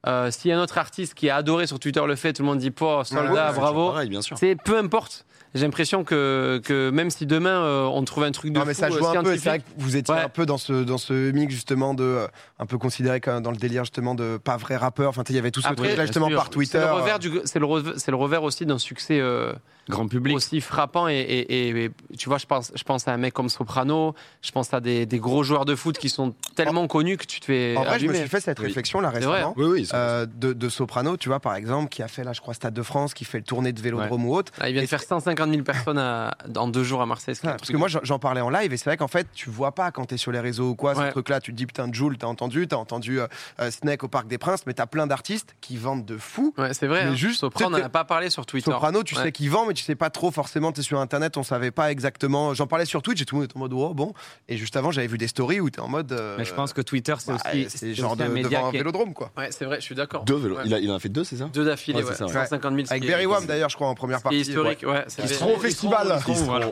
B: Euh, S'il y a un autre artiste qui a adoré sur Twitter le fait, tout le monde dit, po, soldat,
A: Ah Ouais, ouais,
D: c'est
B: bravo.
D: pareil, bien sûr.
B: C'est peu importe. J'ai l'impression que, que même si demain euh, on trouve un truc de
A: Non, mais
B: fou,
A: ça
B: euh,
A: joue un peu.
B: scientifique,
A: C'est vrai que vous étiez
B: Ouais.
A: un peu dans ce, dans ce mix, justement, de. euh, Un peu considéré quand même dans le délire, justement, de pas vrai rappeur. Enfin, tu sais, il y avait tout ce
B: Après,
A: truc-là,
C: bien
A: justement,
C: sûr.
A: par Twitter. euh,
B: c'est le revers du- c'est le revers- c'est le revers aussi d'un succès euh,
C: Grand public.
B: aussi frappant et, et- et- et, tu vois je pense je pense à un mec comme Soprano je pense à des, des gros joueurs de foot qui sont tellement connus que tu te fais
A: En vrai, je me
B: allumer.
A: suis fait cette
D: Oui.
A: réflexion là
B: C'est vrai.
A: récemment.
D: Oui oui. ça-
A: euh, de, de Soprano, tu vois, par exemple, qui a fait là, je crois, Stade de France, qui fait le tournée de Vélodrome ou autre.
B: Ah, il vient de
A: Et
B: faire 150 000 personnes à- en deux jours à Marseille ce qui est un
A: Ah, parce
B: truc
A: que moi j'en- j'en parlais en live et c'est vrai qu'en fait tu vois pas quand t'es sur les réseaux ou quoi
B: Ouais.
A: ce truc là tu te dis putain Joule t'as entendu t'as entendu euh, euh, Snake au Parc des Princes mais t'as plein d'artistes qui vendent de fou
B: de- ouais, c'est vrai
A: Mais
B: hein.
A: juste,
B: Soprano on
A: c'était-
B: n'en a pas parlé sur Twitter
A: Soprano, tu
B: Ouais.
A: sais qui vend, mais tu sais pas trop forcément. T'es sur internet, on savait pas exactement. J'en parlais sur Twitch, et tout le monde était en mode oh bon. Et juste avant, j'avais vu des stories où t'es en mode. euh,
C: Mais je pense que Twitter, c'est
A: bah,
C: aussi
A: c'est
C: c'est
A: genre
C: aussi
A: de,
C: un
A: devant
C: média
A: un
C: qui est-
A: vélodrome quoi.
B: ouais c'est vrai je suis d'accord
D: Deux vélos.
B: Ouais.
D: Il, a- il en a fait deux, c'est ça
B: deux d'affilée
D: Ouais, c'est
B: ouais.
D: ça, ouais.
B: 150 000 ce
A: Avec
B: qui est-
A: Berry Wam d'ailleurs, je crois en première
B: ce qui
A: partie.
B: est historique ouais, c'est
A: Ils
B: vrai.
A: seront au festival.
C: Ils seront, voilà.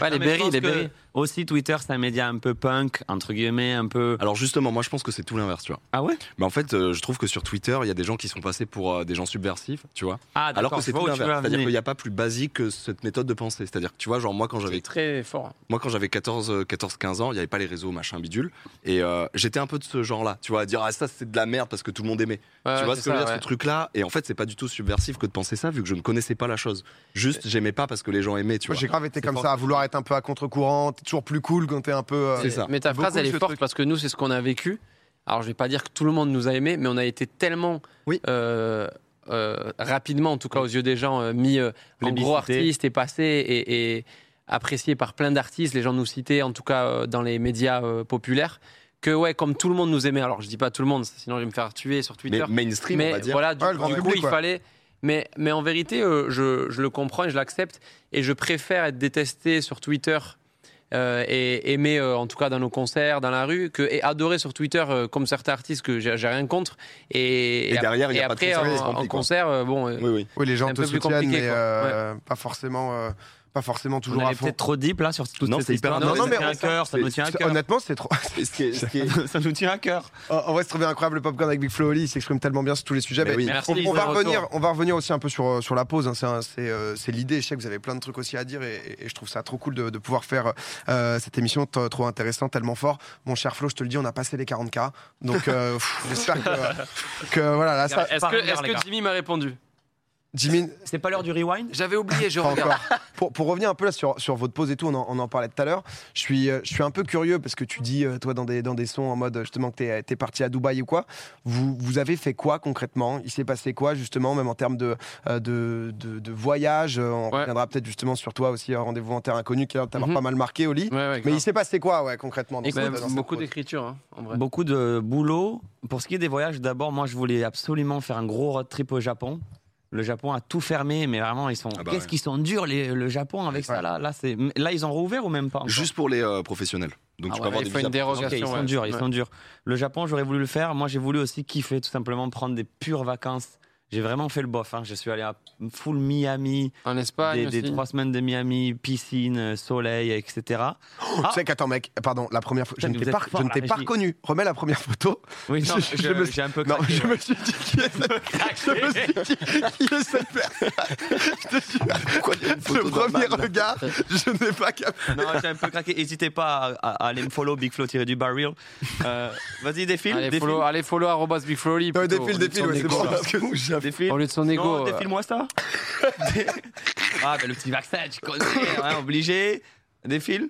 B: Ouais, les
C: Mais je
B: Berry
C: pense
B: les
C: que
B: Berry
C: Aussi, Twitter, c'est un média un peu punk, entre guillemets, un peu.
D: Alors justement, moi je pense que c'est tout l'inverse, tu vois.
C: Ah ouais
D: Mais en fait, euh, je trouve que sur Twitter, il y a des gens qui sont passés pour euh, des gens subversifs, tu vois.
C: Ah,
D: Alors
C: d'accord,
D: que c'est
C: je vois
D: tout
C: où tu veux en
D: l'inverse. C'est-à-dire
C: venir.
D: qu'il n'y a pas plus basique que cette méthode de pensée. C'est-à-dire que tu vois, genre moi quand j'avais
B: c'est très fort hein.
D: Moi, quand j'avais 14, euh, 14, 15 ans, il n'y avait pas les réseaux, machin, bidule. Et euh, j'étais un peu de ce genre-là, tu vois, à dire, ah, ça, c'est de la merde parce que tout le monde aimait.
B: Ouais,
D: tu vois
B: c'est
D: ce que je veux
B: ça,
D: dire,
B: ouais.
D: ce truc-là. Et en fait, c'est pas du tout subversif que de penser ça, vu que je ne connaissais pas la chose. Juste, j'aimais pas parce que les gens aimaient, tu
A: Moi,
D: vois.
A: j'ai grave été
D: C'est
A: comme
D: fort.
A: ça, à vouloir être un peu à contre-courant, t'es toujours plus cool quand t'es un peu. euh,
D: C'est ça.
B: Mais ta
A: Beaucoup
B: phrase, elle
A: ce
B: est forte
A: truc.
B: parce que nous, c'est ce qu'on a vécu. Alors, je vais pas dire que tout le monde nous a aimés, mais on a été tellement.
D: Oui.
B: euh, euh, rapidement, en tout cas aux yeux des gens, euh, mis euh, en
C: Plébiscité.
B: gros artiste et passé et, et apprécié par plein d'artistes. Les gens nous citaient, en tout cas euh, dans les médias euh, populaires, que ouais, comme tout le monde nous aimait. Alors, je dis pas tout le monde, sinon je vais me faire tuer sur Twitter.
D: Mais mainstream,
B: Mais
D: on va dire.
B: voilà, du,
A: Ouais, le grand
B: du
A: public,
B: coup, il
A: quoi.
B: fallait. Mais, mais en vérité, euh, je, je le comprends et je l'accepte. Et je préfère être détesté sur Twitter euh, et aimer euh, en tout cas dans nos concerts, dans la rue, que, et adorer sur Twitter euh, comme certains artistes que j'ai j'ai rien contre. Et,
D: Et derrière, il y a pas de
B: après,
D: concert, il se
B: en- en,
D: complique, quoi.
B: concert, euh, bon, euh,
D: Oui, oui.
A: Oui, les gens
B: C'est un
A: te
B: peu plus
A: soutiennent,
B: compliqué,
A: mais
B: quoi.
A: euh, pas forcément, euh, pas forcément
C: On
A: toujours à
C: allait
A: fond.
C: peut-être trop deep là sur toute
D: Non,
C: cette
D: c'est hyper
C: histoire.
A: intéressant.
C: ça nous
A: Non,
C: tient
A: mais
C: à cœur, ça nous tient à
A: C'est-
C: cœur.
A: Honnêtement, c'est trop. [laughs]
D: Et ce qui est-
B: [laughs]
D: ce qui
C: [laughs]
D: est-
C: Ça nous tient à cœur.
A: En en vrai, c'est trop bien incroyable le popcorn avec Big Flo et Oli. Il s'exprime tellement bien sur tous les sujets.
D: Mais
A: Mais
D: oui.
B: merci,
A: on, on
B: ils sont
A: va
B: de
A: revenir,
B: retour.
A: on va revenir aussi un peu sur, euh, sur la pause. hein. C'est un- C'est euh, c'est l'idée. Je sais que vous avez plein de trucs aussi à dire et, et- et je trouve ça trop cool de, de pouvoir faire euh, cette émission t- trop intéressante, tellement fort. Mon cher Flo, je te le dis, on a passé les 40K. Donc euh, [laughs] pff, j'espère que, que voilà,
D: Ah,
A: là, ça.
B: Est-ce que, est-ce que Jimmy m'a répondu
A: Jimmy,
C: C'est pas l'heure du rewind
B: J'avais oublié, je
A: Pas
B: regarde.
A: encore. Pour, pour revenir un peu là sur, sur votre pause et tout, on en, on en parlait tout à l'heure. Je suis, euh, je suis un peu curieux parce que tu dis, euh, toi, dans des, dans des sons en mode euh, justement que t'es es parti à Dubaï ou quoi. Vous, vous avez fait quoi concrètement Il s'est passé quoi justement, même en termes de, euh, de, de- de voyage Euh, On
B: Ouais.
A: reviendra peut-être justement sur toi aussi, euh, rendez-vous en terre inconnue qui a l'air de t'avoir
B: Mhm.
A: pas mal marqué au lit.
B: Ouais, ouais,
A: Mais
B: grave.
A: il s'est passé quoi, ouais, concrètement dans
B: Écoute,
A: cette- dans cette
B: beaucoup
A: pause
B: d'écriture, hein, en vrai.
C: Beaucoup de boulot. Pour ce qui est des voyages, d'abord, moi, je voulais absolument faire un gros road trip au Japon. Le Japon a tout fermé, mais vraiment, ils sont.
D: Ah bah
C: Qu'est-ce
D: ouais.
C: qu'ils sont durs, les- le Japon, avec
A: Ouais.
C: ça là là, c'est- là, ils ont rouvert ou même pas encore
D: Juste pour les euh, professionnels. Donc
C: Ah
D: tu
C: ouais,
D: peux avoir
B: il
D: des
B: faut une [laughs]
D: visas-
C: Ok, ils
B: dérogation.
C: sont
B: ouais.
C: durs, ils
B: Ouais.
C: sont durs. Le Japon, j'aurais voulu le faire. Moi, j'ai voulu aussi kiffer, tout simplement, prendre des pures vacances. J'ai vraiment fait le bof. hein. Je suis allé à full Miami,
B: En Espagne
C: des, des
B: aussi.
C: trois semaines de Miami, piscine, euh, soleil, etc.
A: Tu sais qu'attends mec, pardon, la première fois, je
C: Putain,
A: ne
C: vous
A: t'ai
C: êtes
A: pas,
C: fort,
A: je ne
C: là,
A: t'ai pas
C: Régis.
A: reconnu. Remets la première photo.
C: Oui, non,
A: Je- je me
C: je- j'ai un peu
A: Non,
C: craqué,
A: je
C: ouais.
A: me suis dit qui est cette
C: [laughs]
A: Je me suis dit, qui est cette personne Je te jure.
D: Pourquoi il y a une photo
A: le
D: d'un
A: premier
D: man
B: [laughs]
A: regard, je n'ai pas capté.
C: Non, j'ai un peu craqué. N'hésitez pas à, à- à aller me follow Big Flow tiré du baril. Euh, Vas-y, défile.
B: Allez,
C: défile.
B: follow, allez, follow arrobas bigflowly
A: Non,
B: plutôt,
A: défile,
B: au lieu de
A: défile,
B: son
A: ouais, c'est
B: égo,
A: bon.
B: là.
A: parce que-
C: défile.
B: Au lieu de son ego.
C: Non, défile-moi ça. Dé- euh. [laughs] ah, ben le petit vaccin, tu connais, hein, obligé. Défile.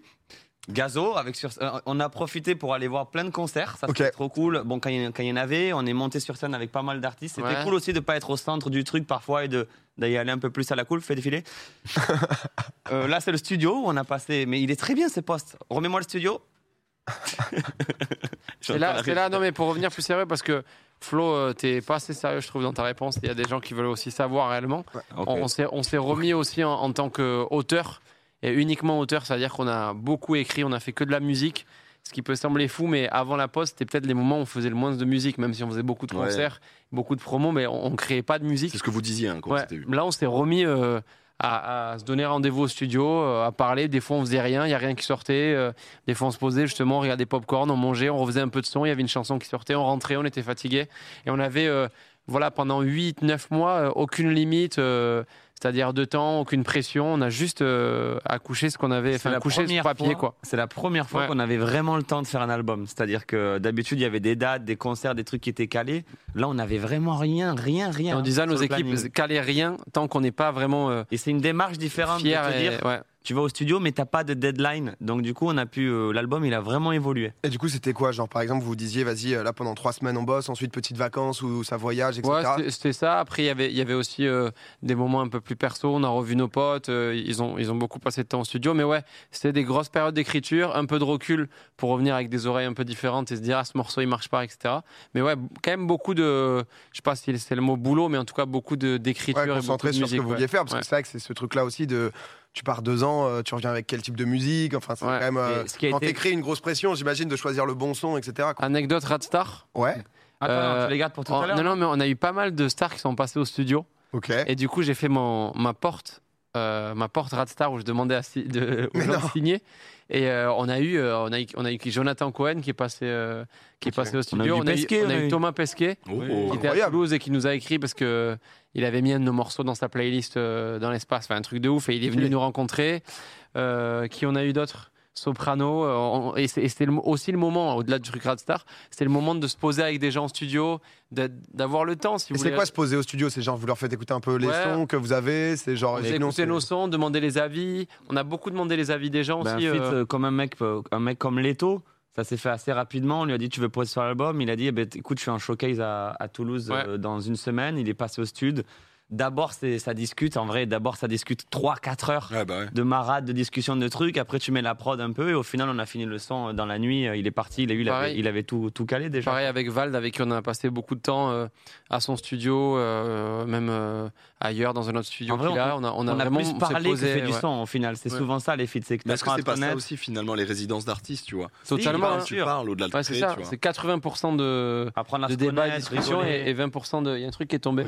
C: Gazo, avec sur... euh, on a profité pour aller voir plein de concerts, ça c'était
A: Ok.
C: trop cool. Bon, quand il y, en- quand il y en avait, on est monté sur scène avec pas mal d'artistes. C'était
B: Ouais.
C: cool aussi de pas être au centre du truc parfois et de d'aller aller un peu plus à la cool. Fais défiler. Euh, là, c'est le studio où on a passé, mais il est très bien ce poste. Remets-moi le studio.
B: C'est là, c'est là, non mais pour revenir plus sérieux, parce que Flo, euh, t'es pas assez sérieux, je trouve, dans ta réponse. Il y a des gens qui veulent aussi savoir réellement.
C: [laughs] Ok.
B: On, on s'est, on s'est remis aussi en, en tant qu'auteur, et uniquement auteur, c'est-à-dire qu'on a beaucoup écrit, on a fait que de la musique. Ce qui peut sembler fou, mais avant la poste, c'était peut-être les moments où on faisait le moins de musique, même si on faisait beaucoup de
D: Ouais.
B: concerts, beaucoup de promos, mais on, on créait pas de musique.
D: C'est ce que vous disiez hein, quand
B: Ouais,
D: c'était eu.
B: Là, on s'est remis euh, à, à se donner rendez-vous au studio, euh, à parler. Des fois, on faisait rien, il n'y a rien qui sortait. euh, des fois, on se posait justement, on regardait Popcorn, on mangeait, on refaisait un peu de son. Il y avait une chanson qui sortait, on rentrait, on était fatigué. Et on avait, euh, voilà, pendant 8-9 mois, euh, aucune limite. euh, c'est-à-dire de temps, aucune pression, on a juste euh, accouché ce qu'on avait,
C: C'est
B: enfin
C: la
B: couché ce
C: première
B: papier
C: fois-
B: quoi.
C: C'est la première fois
B: Ouais.
C: qu'on avait vraiment le temps de faire un album. C'est-à-dire que d'habitude, il y avait des dates, des concerts, des trucs qui étaient calés. Là, on n'avait vraiment rien, rien,
B: Et
C: rien.
B: on disait à
C: sur
B: nos
C: le planning.
B: équipes, calez rien tant qu'on n'est pas vraiment euh,
C: Et c'est une démarche différente
B: fiers.
C: de te
B: et-
C: dire,
B: ouais.
C: tu vas au studio, mais t'as pas de deadline. Donc du coup, on a pu, euh, l'album, il a vraiment évolué.
A: Et du coup, c'était quoi Genre, par exemple, vous vous disiez, vas-y, euh, là pendant trois semaines on bosse, ensuite petites vacances ou ça voyage, etc.
B: Ouais, c'était- c'était ça. Après, il y avait- il y avait aussi euh, des moments un peu plus perso. On a revu nos potes. euh, ils, ont, ils ont beaucoup passé de temps en studio. Mais ouais, c'était des grosses périodes d'écriture, un peu de recul pour revenir avec des oreilles un peu différentes et se dire, ah, ce morceau, il marche pas, etc. Mais ouais, quand même beaucoup de. Je sais pas si c'est le mot boulot, mais en tout cas, beaucoup de- d'écriture
A: Ouais,
B: et beaucoup
A: concentré
B: de
A: sur ce
B: musique,
A: que vous
B: ouais.
A: vouliez faire, parce
B: Ouais.
A: que c'est vrai que c'est ce truc-là aussi de. Tu pars deux ans, euh, tu reviens avec quel type de musique Enfin, c'est
B: Ouais.
A: quand même. euh,
C: Et ce qui a
A: quand
C: été-
A: t'écris une grosse pression, j'imagine, de choisir le bon son, etc. quoi.
B: Anecdote Radstar.
A: Ouais,
C: Attends,
B: Euh,
C: tu les gardes pour tout
B: Oh,
C: à l'heure.
B: non, non, mais on a eu pas mal de stars qui sont passées au studio.
A: ok.
B: Et du coup, j'ai fait mon, ma porte, euh, ma porte Radstar où je demandais à, si- de, aux
A: Mais
B: gens de
A: non.
B: signer. Et euh, on a eu, euh, on a eu, on a eu Jonathan Cohen qui est passé, euh, qui est
A: Ok.
B: passé au
C: On a eu
B: studio.
C: du Pesquet,
B: on a eu Thomas Pesquet
D: Oh,
C: Oui.
D: oh.
B: qui était à
A: Incroyable.
B: Toulouse et qui nous a écrit parce que il avait mis un de nos morceaux dans sa playlist euh, dans l'espace, enfin un truc de ouf. Et il est venu
A: Stylé.
B: nous rencontrer. Euh, qui on a eu d'autres? Soprano, euh, on- et c'est- et c'était le- aussi le moment, au-delà du truc Radstar, c'était le moment de se poser avec des gens en studio, d'a- d'avoir le temps. Si
A: Et
B: vous
A: c'est
B: voulez
A: quoi se poser au studio C'est genre, vous leur faites écouter un peu les
B: Ouais.
A: sons que vous avez C'est genre.
B: on
A: sinon,
B: s'est écouté
A: c'est-
B: nos sons, demandé les avis. On a beaucoup demandé les avis des gens
C: Ben,
B: aussi.
C: fit,
B: euh,
C: euh, comme un mec, euh, un mec comme Leto, ça s'est fait assez rapidement. On lui a dit tu veux poser sur l'album. Il a dit eh ben, écoute, je suis en showcase à, à Toulouse
B: Ouais.
C: euh, dans une semaine. Il est passé au stud. D'abord, c'est- ça discute. En vrai, d'abord, ça discute 3-4 heures
D: Ouais, bah ouais.
C: de marade, de discussion, de trucs. Après, tu mets la prod un peu et au final, on a fini le son euh, dans la nuit. Euh, Il est parti, il, a eu, il,
B: Pareil.
C: avait, il avait tout, tout calé déjà.
B: Pareil avec Vald, avec qui on a passé beaucoup de temps euh, à son studio, euh, même euh, ailleurs dans un autre studio.
C: En vrai,
B: qu'il a. on a, on a
C: on a
B: vraiment
C: plus
B: on s'est
C: parlé que
B: posé,
C: fait du
B: ouais.
C: son au final. C'est
B: Ouais.
C: souvent ça les feats, c'est que
D: Mais est-ce que
C: t'apprends à
D: c'est
C: te
D: pas ça
C: connaître.
D: aussi finalement les résidences d'artistes, tu vois
B: Totalement.
C: bien
B: hein.
D: Tu
C: sûr.
D: parles au-delà de
B: Ouais,
D: créer,
B: c'est ça.
D: tu vois. [laughs]
B: C'est 80% de,
C: Apprendre à
B: de
C: se
B: débat et
C: connaître,
B: discussion
C: rigoler.
B: et, et 20% de. Il y a un truc qui est tombé.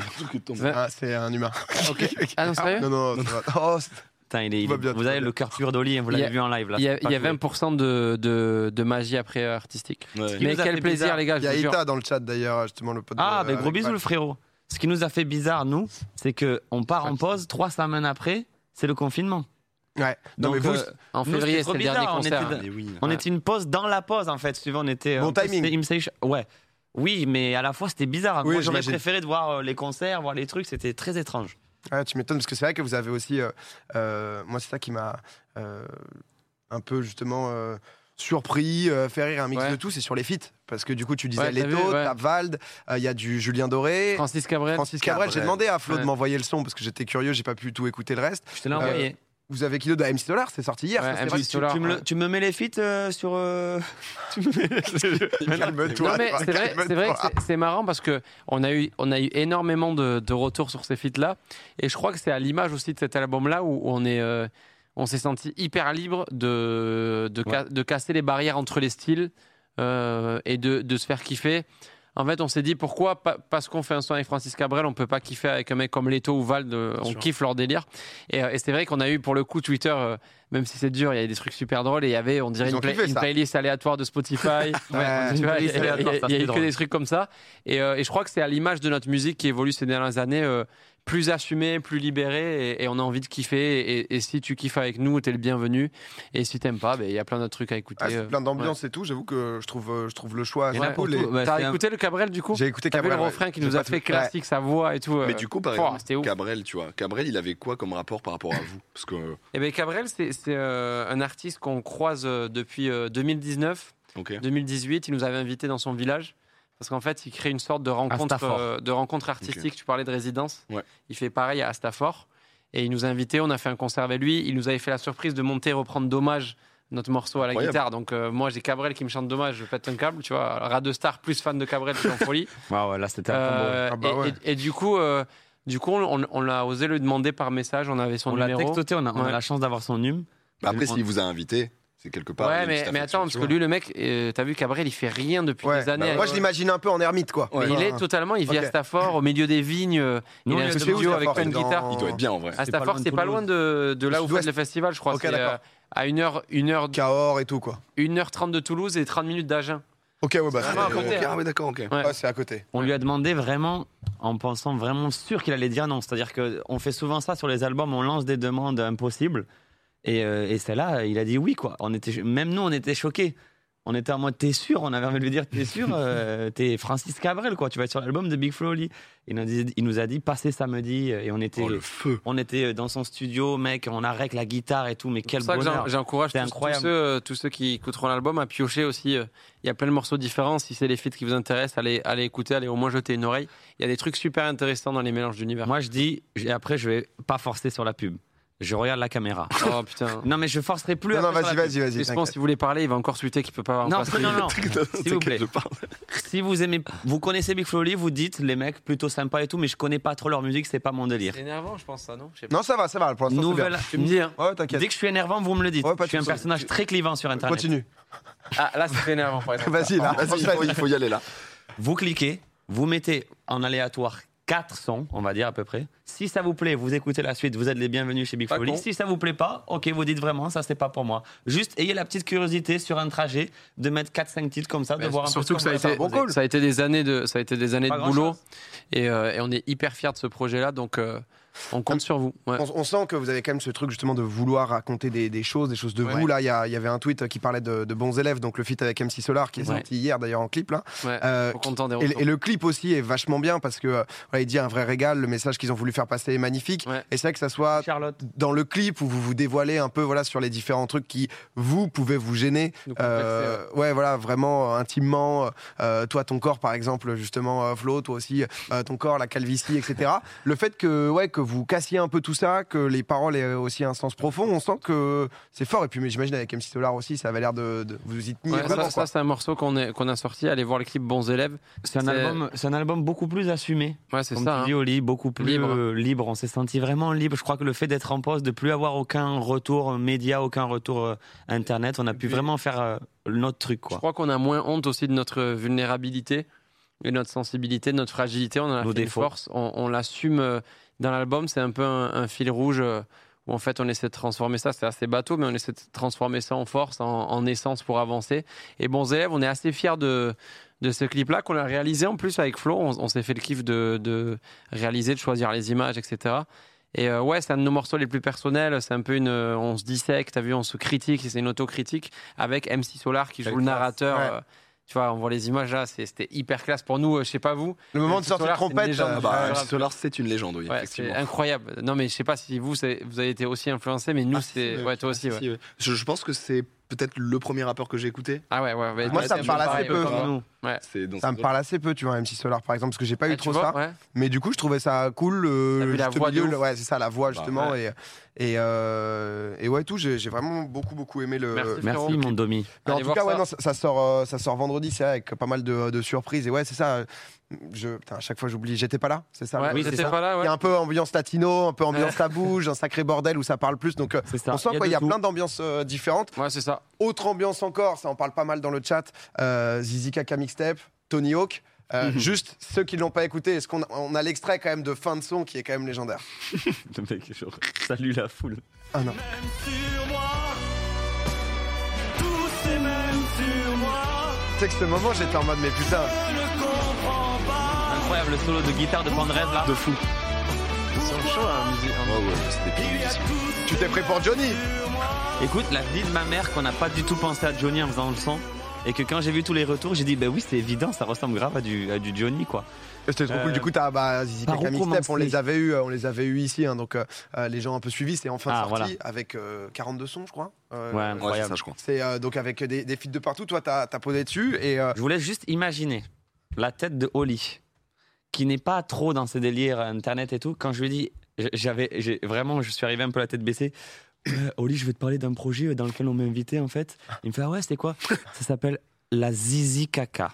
A: Ah, c'est un humain.
B: Ok. Ah non, sérieux
A: Non, non, ça va.
B: [laughs]
A: Oh, c'est-
C: Putain, il est-
A: Tout va bien, tout
C: vous
A: va
C: avez
A: bien.
C: le cœur pur d'Oli, hein, vous
B: Il y a-
C: l'avez vu en live là.
B: Il y a,
C: c'est pas
B: il y a
C: joué.
B: 20% de, de, de magie après euh, artistique.
D: Ouais.
C: qui
B: Mais
C: nous a
B: quel
C: fait
B: plaisir,
C: bizarre.
B: les gars,
A: Il
B: je
A: y a
B: vous jure.
A: Ita dans le chat d'ailleurs, justement, le pote.
C: Ah,
A: de-
C: ben
A: avec
C: gros bisous
A: Val.
C: le frérot. Ce qui nous a fait bizarre, nous, c'est que on part en pause, trois semaines après, c'est le confinement.
A: Ouais. Non,
C: Donc,
A: mais vous,
C: euh,
B: En
C: Nous,
B: février,
C: c'était
B: c'est
C: trop
B: le dernier
C: bizarre, on
B: concert.
C: était
B: hein.
D: Mais oui.
C: on
B: Ouais.
C: était une pause dans la pause en fait. Suivant, on était.
A: Bon
C: en plus,
A: timing.
C: c'était Imstation- Ouais. Oui, mais à la fois c'était bizarre.
A: Oui,
C: Moi, j'aurais
A: j'imagine.
C: préféré de voir euh, les concerts, voir les trucs. C'était très étrange.
A: Ah, tu m'étonnes, parce que c'est vrai que vous avez aussi. euh, euh, moi, c'est ça qui m'a euh, un peu justement euh, surpris, euh, fait rire un mix
B: Ouais.
A: de tout, c'est sur les feats. Parce que du coup, tu disais
B: Ouais, t'as
A: Leto,
B: vu, ouais.
A: t'as Vald, euh, il y a du Julien Doré.
B: Francis Cabrel.
A: Francis Cabrel, j'ai
D: Cabrel.
A: demandé à Flo de
B: Ouais.
A: m'envoyer le son parce que j'étais curieux, j'ai pas pu tout écouter le reste.
C: Je te l'ai envoyé.
A: Vous avez qui d'autre Ah, MC Dollar, c'est sorti hier.
B: Ouais,
A: ça, c'est
B: MC
A: vrai.
C: Euh, tu, tu- tu me le- tu me mets les feats euh, sur. euh, tu me mets-
A: [laughs] Calme-toi.
B: Non mais c'est vrai,
A: calme-toi.
B: c'est vrai que c'est- c'est marrant parce que on a eu on a eu énormément de, de retours sur ces feats là et je crois que c'est à l'image aussi de cet album là où on est euh, on s'est senti hyper libre de de, ca- de casser les barrières entre les styles euh, et de, de se faire kiffer. En fait, on s'est dit pourquoi pas- parce qu'on fait un son avec Francis Cabrel, on peut pas kiffer avec un mec comme Leto ou Vald, euh, on
A: sûr.
B: kiffe leur délire. Et, euh, et c'est vrai qu'on a eu pour le coup Twitter, euh, même si c'est dur, il y a des trucs super drôles et il y avait, on dirait
A: Ils
B: une,
A: ont
B: pla-
A: kiffé
B: une
A: ça.
B: playlist aléatoire de Spotify.
A: [laughs] Ouais.
B: Ah, Tu vois, Il y a-
C: Désolé,
B: il y a-
C: attends, ça,
B: il y a
C: c'est
B: eu que
C: drôle.
B: des trucs comme ça. Et, euh, et je crois que c'est à l'image de notre musique qui évolue ces dernières années, euh, plus assumée, plus libérée, et, et on a envie de kiffer. Et, et si tu kiffes avec nous, t'es le bienvenu. Et si t'aimes pas, ben, il y a plein d'autres trucs à écouter.
A: Ah, c'est
B: euh.
A: plein d'ambiance et tout, j'avoue que je trouve, euh, je trouve le choix
C: Il y
A: assez
C: en a pour
A: cool.
C: tout.
A: et-
C: Ouais, Bah, c'est
B: T'as
C: un-
B: écouté le Cabrel du coup
A: J'ai écouté
B: bah, T'as vu
A: Cabrel.
B: le
A: ouais.
B: refrain qui
A: J'ai
B: nous
A: pas
B: a fait
A: tout-
B: classique, sa voix et tout.
D: Mais
B: euh.
D: du coup, par
B: Pouah,
D: exemple,
B: c'était ouf.
D: Cabrel, tu vois, Cabrel, il avait quoi comme rapport par rapport à vous Parce que, euh,
B: Eh ben, Cabrel, c'est c'est, euh, un artiste qu'on croise euh, depuis euh, 2019.
D: ok.
B: 2018, il nous avait invités dans son village. Parce qu'en fait, il crée une sorte de rencontre,
C: Stafford.
B: euh, de rencontre artistique. Tu parlais de résidence.
D: Ouais.
B: Il fait pareil à Stafford. Et il nous a invités, on a fait un concert avec lui. Il nous avait fait la surprise de monter et reprendre Dommage, notre morceau à la
D: Incroyable.
B: guitare. Donc euh, moi, j'ai Cabrel qui me chante Dommage, je pète un câble, tu vois. Rat de Star, plus fan de Cabrel, je suis en
C: [laughs]
B: folie.
C: Ah ouais, là c'était un combo.
B: Euh,
A: Ah bah
B: et-
A: ouais.
B: et, et du coup, euh, du coup on, on- on l'a osé lui demander par message, on avait son
C: On l'a
B: numéro.
C: textoté, on a, on a
B: Ouais.
C: la chance d'avoir son num.
D: Bah après,
C: On-
D: s'il vous a invité, c'est quelque part.
B: Ouais,
D: une
B: mais,
D: petite
B: mais
D: affection,
B: attends, parce
D: tu
B: que
D: vois.
B: lui, le mec, euh, t'as vu, Cabrel, il fait rien depuis
A: Ouais.
B: des années.
D: Bah ouais.
A: Moi, je l'imagine un peu en ermite, quoi.
B: Mais il
A: Ouais.
B: est totalement, il vit
A: Ok.
B: à Stafford, au milieu des vignes, euh,
C: Nous,
B: il
C: on
B: a un
C: est à
B: studio
A: Toulouse,
B: avec plein de
A: Stafford,
B: guitare.
A: dans-
D: Il doit être bien en vrai.
B: À
C: C'est pas
B: Stafford,
C: loin de
B: c'est pas
C: Toulouse.
B: loin de, de là
A: Le
B: où fait
A: sud-ouest.
B: le festival, je crois.
A: Ok,
B: c'est
A: d'accord.
B: euh, à 1h, 1h,
A: Cahors et tout, quoi.
B: 1h30 de Toulouse et 30 minutes d'Agen.
A: Ok, ouais, bah,
B: Ah,
A: c'est
B: non,
A: euh,
B: à côté.
A: ouais,
D: Ok, Ah, ouais, d'accord, ok.
B: Ouais.
A: c'est à côté.
C: On lui a demandé vraiment, en pensant vraiment sûr qu'il allait dire non. C'est-à-dire qu'on fait souvent ça sur les albums, on lance des demandes impossibles. Et, euh, et celle-là, il a dit oui, quoi. On était, même nous, on était choqués. On était en mode, t'es sûr On avait envie de lui dire,
B: [laughs]
C: t'es sûr euh, T'es Francis Cabrel, quoi. Tu vas être sur l'album de Big Flo Oli. Il nous, a dit- il nous a dit, passez samedi. Et on était,
D: Oh, le feu.
C: on était dans son studio, mec. On arrête la guitare et tout. Mais
B: C'est
C: quel
B: pour ça que
C: bonheur.
B: j'en- j'encourage
C: C'est
B: tous, tous
C: incroyable.
B: ceux, euh, tous ceux qui écouteront l'album à piocher aussi. euh, Il y a plein de morceaux différents. Si c'est les feats qui vous intéressent, allez, allez écouter, allez au moins jeter une oreille. Il y a des trucs super intéressants dans les mélanges d'univers.
C: Moi, je dis, et après, je vais pas forcer sur la pub. Je regarde la caméra.
B: Oh
C: [laughs]
B: putain.
C: Non, mais je forcerai plus.
A: Non, non,
C: après sur
A: vas-y,
C: la
A: vas-y, vas-y.
B: Je pense
A: t'inquiète.
B: si vous voulez parler, il va encore tweeter qu'il peut pas avoir
C: pub. Non,
B: passé.
C: non, non, non.
D: S'il
C: vous plaît.
D: Je parle.
C: Si vous aimez, vous connaissez Big Flo Lee, vous dites les mecs plutôt sympas et tout, mais je connais pas trop leur musique, c'est pas mon délire.
B: C'est énervant, je pense, ça, non Je sais pas.
A: Non, ça va, ça va. Pour l'instant, c'est bien.
C: Nouvelle.
B: Tu me dis, hein.
A: Ouais,
C: Dès
A: t'inquiète.
C: que je suis énervant, vous me le dites.
A: Ouais, pas
C: je suis
A: de
C: un
A: soucis.
C: personnage très clivant sur internet.
A: Continue.
B: Ah, là, c'est très énervant, par exemple.
A: [laughs] Vas-y, là.
D: Vas-y, il faut- il faut y aller là.
C: Vous cliquez, vous mettez en aléatoire quatre sons, on va dire à peu près. Si ça vous plaît, vous écoutez la suite, vous êtes les bienvenus chez Big
B: Pas
C: Flo Lee.
B: con.
C: Si ça vous plaît pas, ok, vous dites vraiment ça c'est pas pour moi. Juste ayez la petite curiosité sur un trajet de mettre 4-5 titres comme ça, de voir un peu
B: Bah, Surtout que
C: ce
B: ça a,
C: va
B: été,
C: faire.
B: ça a été des années de, ça a été des années
C: Pas
B: de
C: grand-chose.
B: boulot et, euh, et on est hyper fiers de ce projet-là. Donc, euh, On compte sur vous. Ouais.
A: On, on sent que vous avez quand même ce truc justement de vouloir raconter des, des choses, des choses de vous. Là, il y, a- il y avait un tweet qui parlait de, de bons élèves, donc le feat avec MC Solar qui est
B: Ouais.
A: sorti hier d'ailleurs en clip là.
B: Ouais.
A: Euh,
B: On compte en des
A: et,
B: retours.
A: et le clip aussi est vachement bien parce que euh, voilà, il dit un vrai régal, le message qu'ils ont voulu faire passer est magnifique.
B: Ouais.
A: Et c'est vrai que ça soit
C: Charlotte.
A: dans le clip où vous vous dévoilez un peu voilà sur les différents trucs qui vous pouvez vous gêner
B: Nous
A: Euh, ouais voilà vraiment euh, intimement Euh, toi ton corps par exemple justement euh, Flo toi aussi euh, ton corps la calvitie etc
B: [laughs]
A: le fait que ouais que vous cassiez un peu tout ça que les paroles aient aussi un sens profond on sent que c'est fort et puis mais j'imagine avec MC Solar aussi ça avait l'air de, de vous y tenir
B: Ouais, ça,
A: vraiment,
B: ça,
A: quoi.
B: c'est un morceau qu'on est- qu'on a sorti. Allez voir le clip Bons élèves.
C: C'est un
B: C'est-
C: album, c'est un album beaucoup plus assumé.
B: Ouais, c'est
C: Comme
B: ça.
C: tu
B: hein.
C: dis, Oli, beaucoup plus
B: Libre.
C: libre. libre. On s'est senti vraiment libre. Je crois que le fait d'être en pause, de plus avoir aucun retour euh, média, aucun retour euh, internet, on a pu
B: puis-
C: vraiment faire euh, notre truc, quoi.
B: Je crois qu'on a moins honte aussi de notre vulnérabilité, de notre sensibilité, de notre fragilité. On en a
C: Nos
B: fait une
C: défauts.
B: force. On, on l'assume euh, dans l'album. C'est un peu un, un fil rouge euh, où en fait on essaie de transformer ça. C'est assez bateau, mais on essaie de transformer ça en force, en, en essence pour avancer. Et Bons élèves, on est assez fiers de de ce clip-là qu'on a réalisé en plus avec Flo. On, on s'est fait le kiff de, de réaliser, de choisir les images, etc. Et euh, ouais, c'est un de nos morceaux les plus personnels. C'est un peu une, euh, on se dissèque, t'as vu, on se critique. C'est une autocritique avec MC Solar qui joue
C: Quelle
B: le
C: classe.
B: narrateur.
A: Ouais.
B: euh, tu vois, on voit les images là, c'est- c'était hyper classe pour nous. euh, je sais pas vous.
A: le moment de
B: MC
A: sortir
B: Solar, c'est une
A: trompette
B: légende.
A: euh,
D: Ah
A: bah,
D: bah,
B: grave.
D: MC Solar, c'est une légende, oui,
B: Ouais, c'est
D: effectivement.
B: incroyable. Non, mais je sais pas si vous, c'est- vous avez été aussi influencé, mais nous,
D: Ah,
B: c'est.
D: si,
B: Ouais, toi aussi.
D: si,
B: ouais.
D: ouais. Je, je pense que c'est peut-être le premier rappeur que j'ai écouté.
B: Ah ouais, ouais. ouais,
A: Moi,
B: ouais,
A: ça
B: t'es
A: me parle
B: pareil,
A: assez
B: euh,
A: peu.
B: ouais, comme moi.
D: C'est dans
A: ça
D: ce-
A: me parle assez peu tu vois MC Solar par exemple parce que j'ai pas
B: Ouais,
A: eu
B: Ah, tu
A: trop
B: vois,
A: ça
B: ouais.
A: Mais du coup, je trouvais ça cool. euh,
B: T'as vu la
A: juste
B: voix de
A: milieu,
B: ouf.
A: le- ouais, c'est ça, la voix
D: Bah,
A: justement. Et, et, euh, et ouais, tout. J'ai j'ai vraiment beaucoup, beaucoup aimé le.
B: Merci.
C: Merci, mon Domi.
A: Mais en
B: Allez
A: tout
B: voir
A: cas, ouais,
B: ça.
A: non, ça, ça sort, euh, ça sort vendredi, c'est vrai, avec pas mal de, de surprises. Et ouais, c'est ça. euh, Je, putain, à chaque fois, j'oublie. J'étais pas là, c'est ça.
B: Ouais,
A: le-
C: oui,
B: t'étais
C: c'est ça.
B: pas là,
A: Il
B: ouais.
A: y a un peu ambiance latino, un peu ambiance ta bouge, un sacré bordel où ça parle plus. Donc, euh,
C: C'est ça.
A: on sent
C: de
A: quoi, il y a
C: tout.
A: plein d'ambiances euh, différentes.
B: Ouais, c'est ça.
A: Autre ambiance encore, ça en parle pas mal dans le chat. euh, Zizi Kaka Mixtape, Tony Hawk. Euh,
C: Mhm.
A: Juste ceux qui l'ont pas écouté, est-ce qu'on a, on a l'extrait quand même de fin de son qui est quand même légendaire
C: [laughs] Le mec, genre, salut la foule.
A: Ah non.
E: mêmes sur moi. Tous ces mêmes sur moi.
A: Tu sais que ce moment, j'étais en mode, mais putain,
E: Je ne comprends pas.
C: Incroyable le solo de guitare de Pandrez là.
D: de fou.
B: Ils sont chauds, hein, musique-
D: Ah ouais, c'était
E: Il y a
D: bien.
E: tous
A: tu t'es prêt pour Johnny
C: Écoute, la vie de ma mère qu'on n'a pas du tout pensé à Johnny en faisant le son. Et que quand j'ai vu tous les retours, j'ai dit, ben oui, c'est évident, ça ressemble grave à du, à du Johnny, quoi.
A: C'était trop
C: Euh,
A: cool. Du coup, t'as bah, Zizi
C: par
A: Kaka
C: où
A: Mixtape, on
C: commencer
A: les avait eu, euh, on les avait eu ici, hein, donc euh, euh, les gens un peu suivis, c'est enfin
C: Ah,
A: sorti
C: voilà.
A: avec euh, 42 sons, je crois. Euh,
C: Ouais,
D: Ouais, c'est
C: incroyable.
D: ça, je crois.
A: C'est euh, donc avec des, des feats de partout. Toi, t'as as posé dessus et euh,
C: Je voulais juste imaginer la tête de Oli, qui n'est pas trop dans ses délires internet et tout. Quand je lui ai dit, j- j'avais j'ai- vraiment, je suis arrivé un peu la tête baissée. Euh, Oli, je vais te parler d'un projet dans lequel on m'a invité en fait. Il me fait ah ouais, c'est quoi Ça s'appelle la Zizi Caca.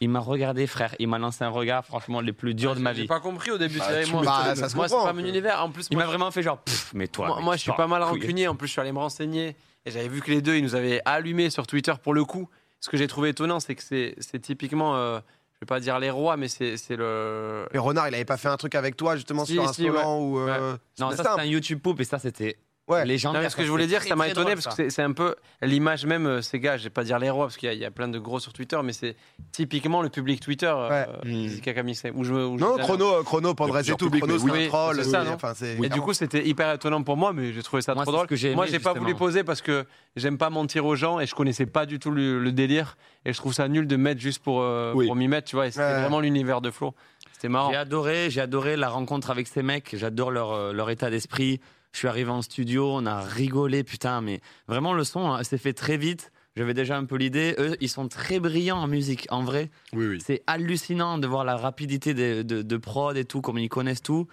C: Il m'a regardé, frère. Il m'a lancé un regard, franchement, les plus durs de ma
B: Ah, J'ai
C: vie.
B: pas compris au début.
D: Bah,
B: tu savais,
D: tu
B: moi,
A: m'étonnes. Bah, ça se
B: moi, c'est
A: comprend,
B: pas mon
A: que-
B: univers. En plus,
C: Il m'a
B: moi,
C: vraiment fait genre, Pff, mais toi.
B: Moi,
C: mais
B: moi,
C: tu
B: je suis
C: pars
B: pas mal
C: couille.
B: rancunier. En plus, je suis allé me renseigner et j'avais vu que les deux, ils nous avaient allumé sur Twitter pour le coup. Ce que j'ai trouvé étonnant, c'est que c'est c'est typiquement, euh, je vais pas dire les rois, mais c'est c'est le.
A: et Renard, il avait pas fait un truc avec toi justement
B: Si,
A: sur un
B: si,
A: Solan ou. euh,
C: Non, ça
A: c'était
C: c'était
A: un-
C: un YouTube poop et ça c'était
A: Ouais.
C: légendaire.
B: Non, mais ce que
C: Ça,
B: je voulais
C: c'était
B: dire,
C: très,
B: ça m'a
C: très
B: étonné
C: drôle,
B: parce
C: ça.
B: que c'est- c'est un peu l'image même, euh, ces gars, je vais pas dire les rois parce qu'il y, a- il y a plein de gros sur Twitter, mais c'est typiquement le public Twitter. euh,
A: Ouais.
B: euh, Zizi Kaka Mixtape, où je me- où je
A: Non,
B: disais-
A: chrono, euh, chrono, Pandrez et
D: plusieurs
A: tout.
D: publics,
A: Chrono,
D: mais
A: c'est un
B: oui,
A: troll.
B: c'est ça,
A: oui,
B: non
A: enfin, c'est-
B: Et du coup, c'était hyper étonnant pour moi, mais j'ai trouvé ça
C: Moi,
B: trop
C: c'est
B: drôle.
C: ce que j'ai aimé,
B: moi, j'ai pas voulu
C: justement.
B: poser parce que j'aime pas mentir aux gens et je connaissais pas du tout le, le délire. Et je trouve ça nul de mettre juste pour, euh,
D: Oui.
B: pour m'y mettre, tu vois. Et C'était
A: Ouais.
B: vraiment l'univers de Flo. C'était
A: Oh.
B: marrant.
C: J'ai adoré, j'ai adoré la rencontre avec ces mecs. J'adore leur, euh, leur état d'esprit. Je suis arrivé en studio, on a rigolé, putain, mais vraiment le son hein, s'est fait très vite. J'avais déjà un peu l'idée. Eux, ils sont très brillants en musique, en vrai.
D: Oui, oui.
C: C'est hallucinant de voir la rapidité de, de, de prod et tout, comme ils connaissent tout.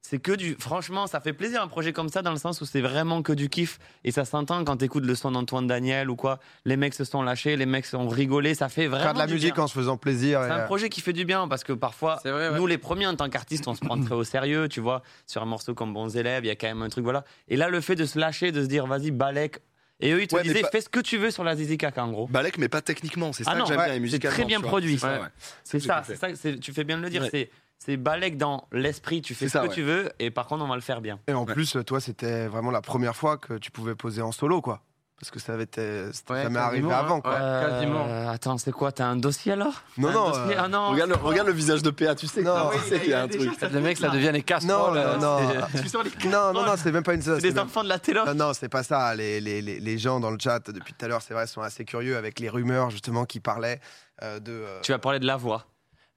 C: C'est que du. Franchement, ça fait plaisir un projet comme ça, dans le sens où c'est vraiment que du kiff. Et ça s'entend quand t'écoutes le son d'Antoine Daniel ou quoi. Les mecs se sont lâchés, les mecs ont rigolé, ça fait vraiment.
A: Faire de la
C: du
A: musique
C: bien.
A: en se faisant plaisir. et,
C: C'est un
A: euh,
C: projet qui fait du bien parce que parfois,
B: C'est vrai, ouais.
C: nous les premiers en tant qu'artistes, on se prend très au sérieux, tu vois. Sur un morceau comme Bons élèves, il y a quand même un truc, voilà. Et là, le fait de se lâcher, de se dire, vas-y, balèque. Et eux, ils te
D: Ouais, mais
C: disaient,
D: pas-
C: fais ce que tu veux sur la Zizi Kaka, en gros.
D: Balek, mais pas techniquement, c'est ça
C: Ah non,
D: que j'aime
A: ouais,
D: bien, et
C: C'est
D: musicalement,
C: très bien
D: tu vois.
C: produit.
D: C'est ça, ouais.
C: C'est
D: J'ai
C: ça,
D: kiffé.
C: c'est ça, c'est- tu fais bien de le dire.
D: Ouais.
C: C'est, c'est balèque dans l'esprit, tu fais
D: C'est
C: ce
D: ça,
C: que
D: ouais.
C: tu veux, et par contre, on va le faire bien.
A: et en
D: Ouais.
A: plus, toi, c'était vraiment la première fois que tu pouvais poser en solo, quoi. Parce que ça, avait été- c'était-
B: Ouais,
A: ça m'est
B: quasiment,
A: arrivé
B: hein.
A: avant.
B: Ouais,
A: quoi.
B: quasiment.
C: Euh, attends, c'est quoi T'as un dossier alors
A: Non,
C: T'as un
A: non,
C: dossier
A: euh,
C: Ah non.
D: Regarde, le, regarde le visage de PA, tu sais que-
A: Non.
D: tu sais qu'il y a un truc.
B: Le mec, ça devient les casseroles.
A: Non,
B: euh,
A: non,
B: c'est-
A: non.
C: [laughs] Tu
D: [laughs]
C: sors les
A: [laughs] Non, non, non, c'est même pas une
C: C'est
A: sauce.
C: des enfants de la télé.
A: Non, non, c'est pas ça. Les, les, les, les gens dans le chat, depuis tout à l'heure, c'est vrai, sont assez curieux avec les rumeurs, justement, qui parlaient euh, de. euh,
C: Tu vas parler de la voix.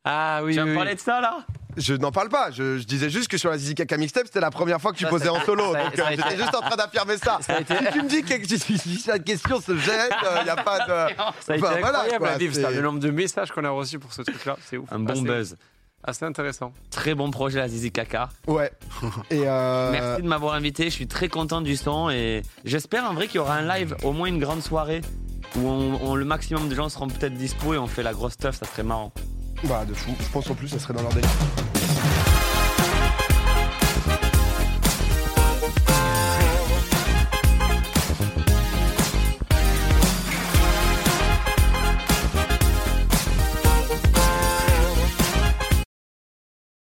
B: Ah oui,
C: tu vas
B: oui,
C: me
B: oui.
C: parler de ça là
A: Je n'en parle pas. Je, je disais juste que sur la Zizi Kaka Mixtape, c'était la première fois que tu
B: Ça,
A: posais
B: ça-
A: en solo.
B: ça-
A: donc,
B: ça a
A: euh,
B: été-
A: j'étais juste en train d'affirmer ça.
B: Ça a été-
A: Si tu me dis que [laughs] si- si- si cette question se jette, il n'y a pas de.
B: Ça a été
A: Bah, voilà,
B: incroyable
A: quoi,
B: à vivre,
A: c'est-
B: ça. Le nombre de messages qu'on a reçus pour ce truc-là, c'est ouf.
C: Un bon
B: Assez-
C: buzz.
B: Assez intéressant.
C: Très bon projet la Zizi Kaka.
A: Ouais. Et. euh,
C: Merci de m'avoir invité, je suis très content du son et j'espère en vrai qu'il y aura un live, au moins une grande soirée où on- on- le maximum de gens seront peut-être dispo et on fait la grosse stuff, ça serait marrant.
A: Bah, de fou. Je pense en plus, ça serait dans leur délire.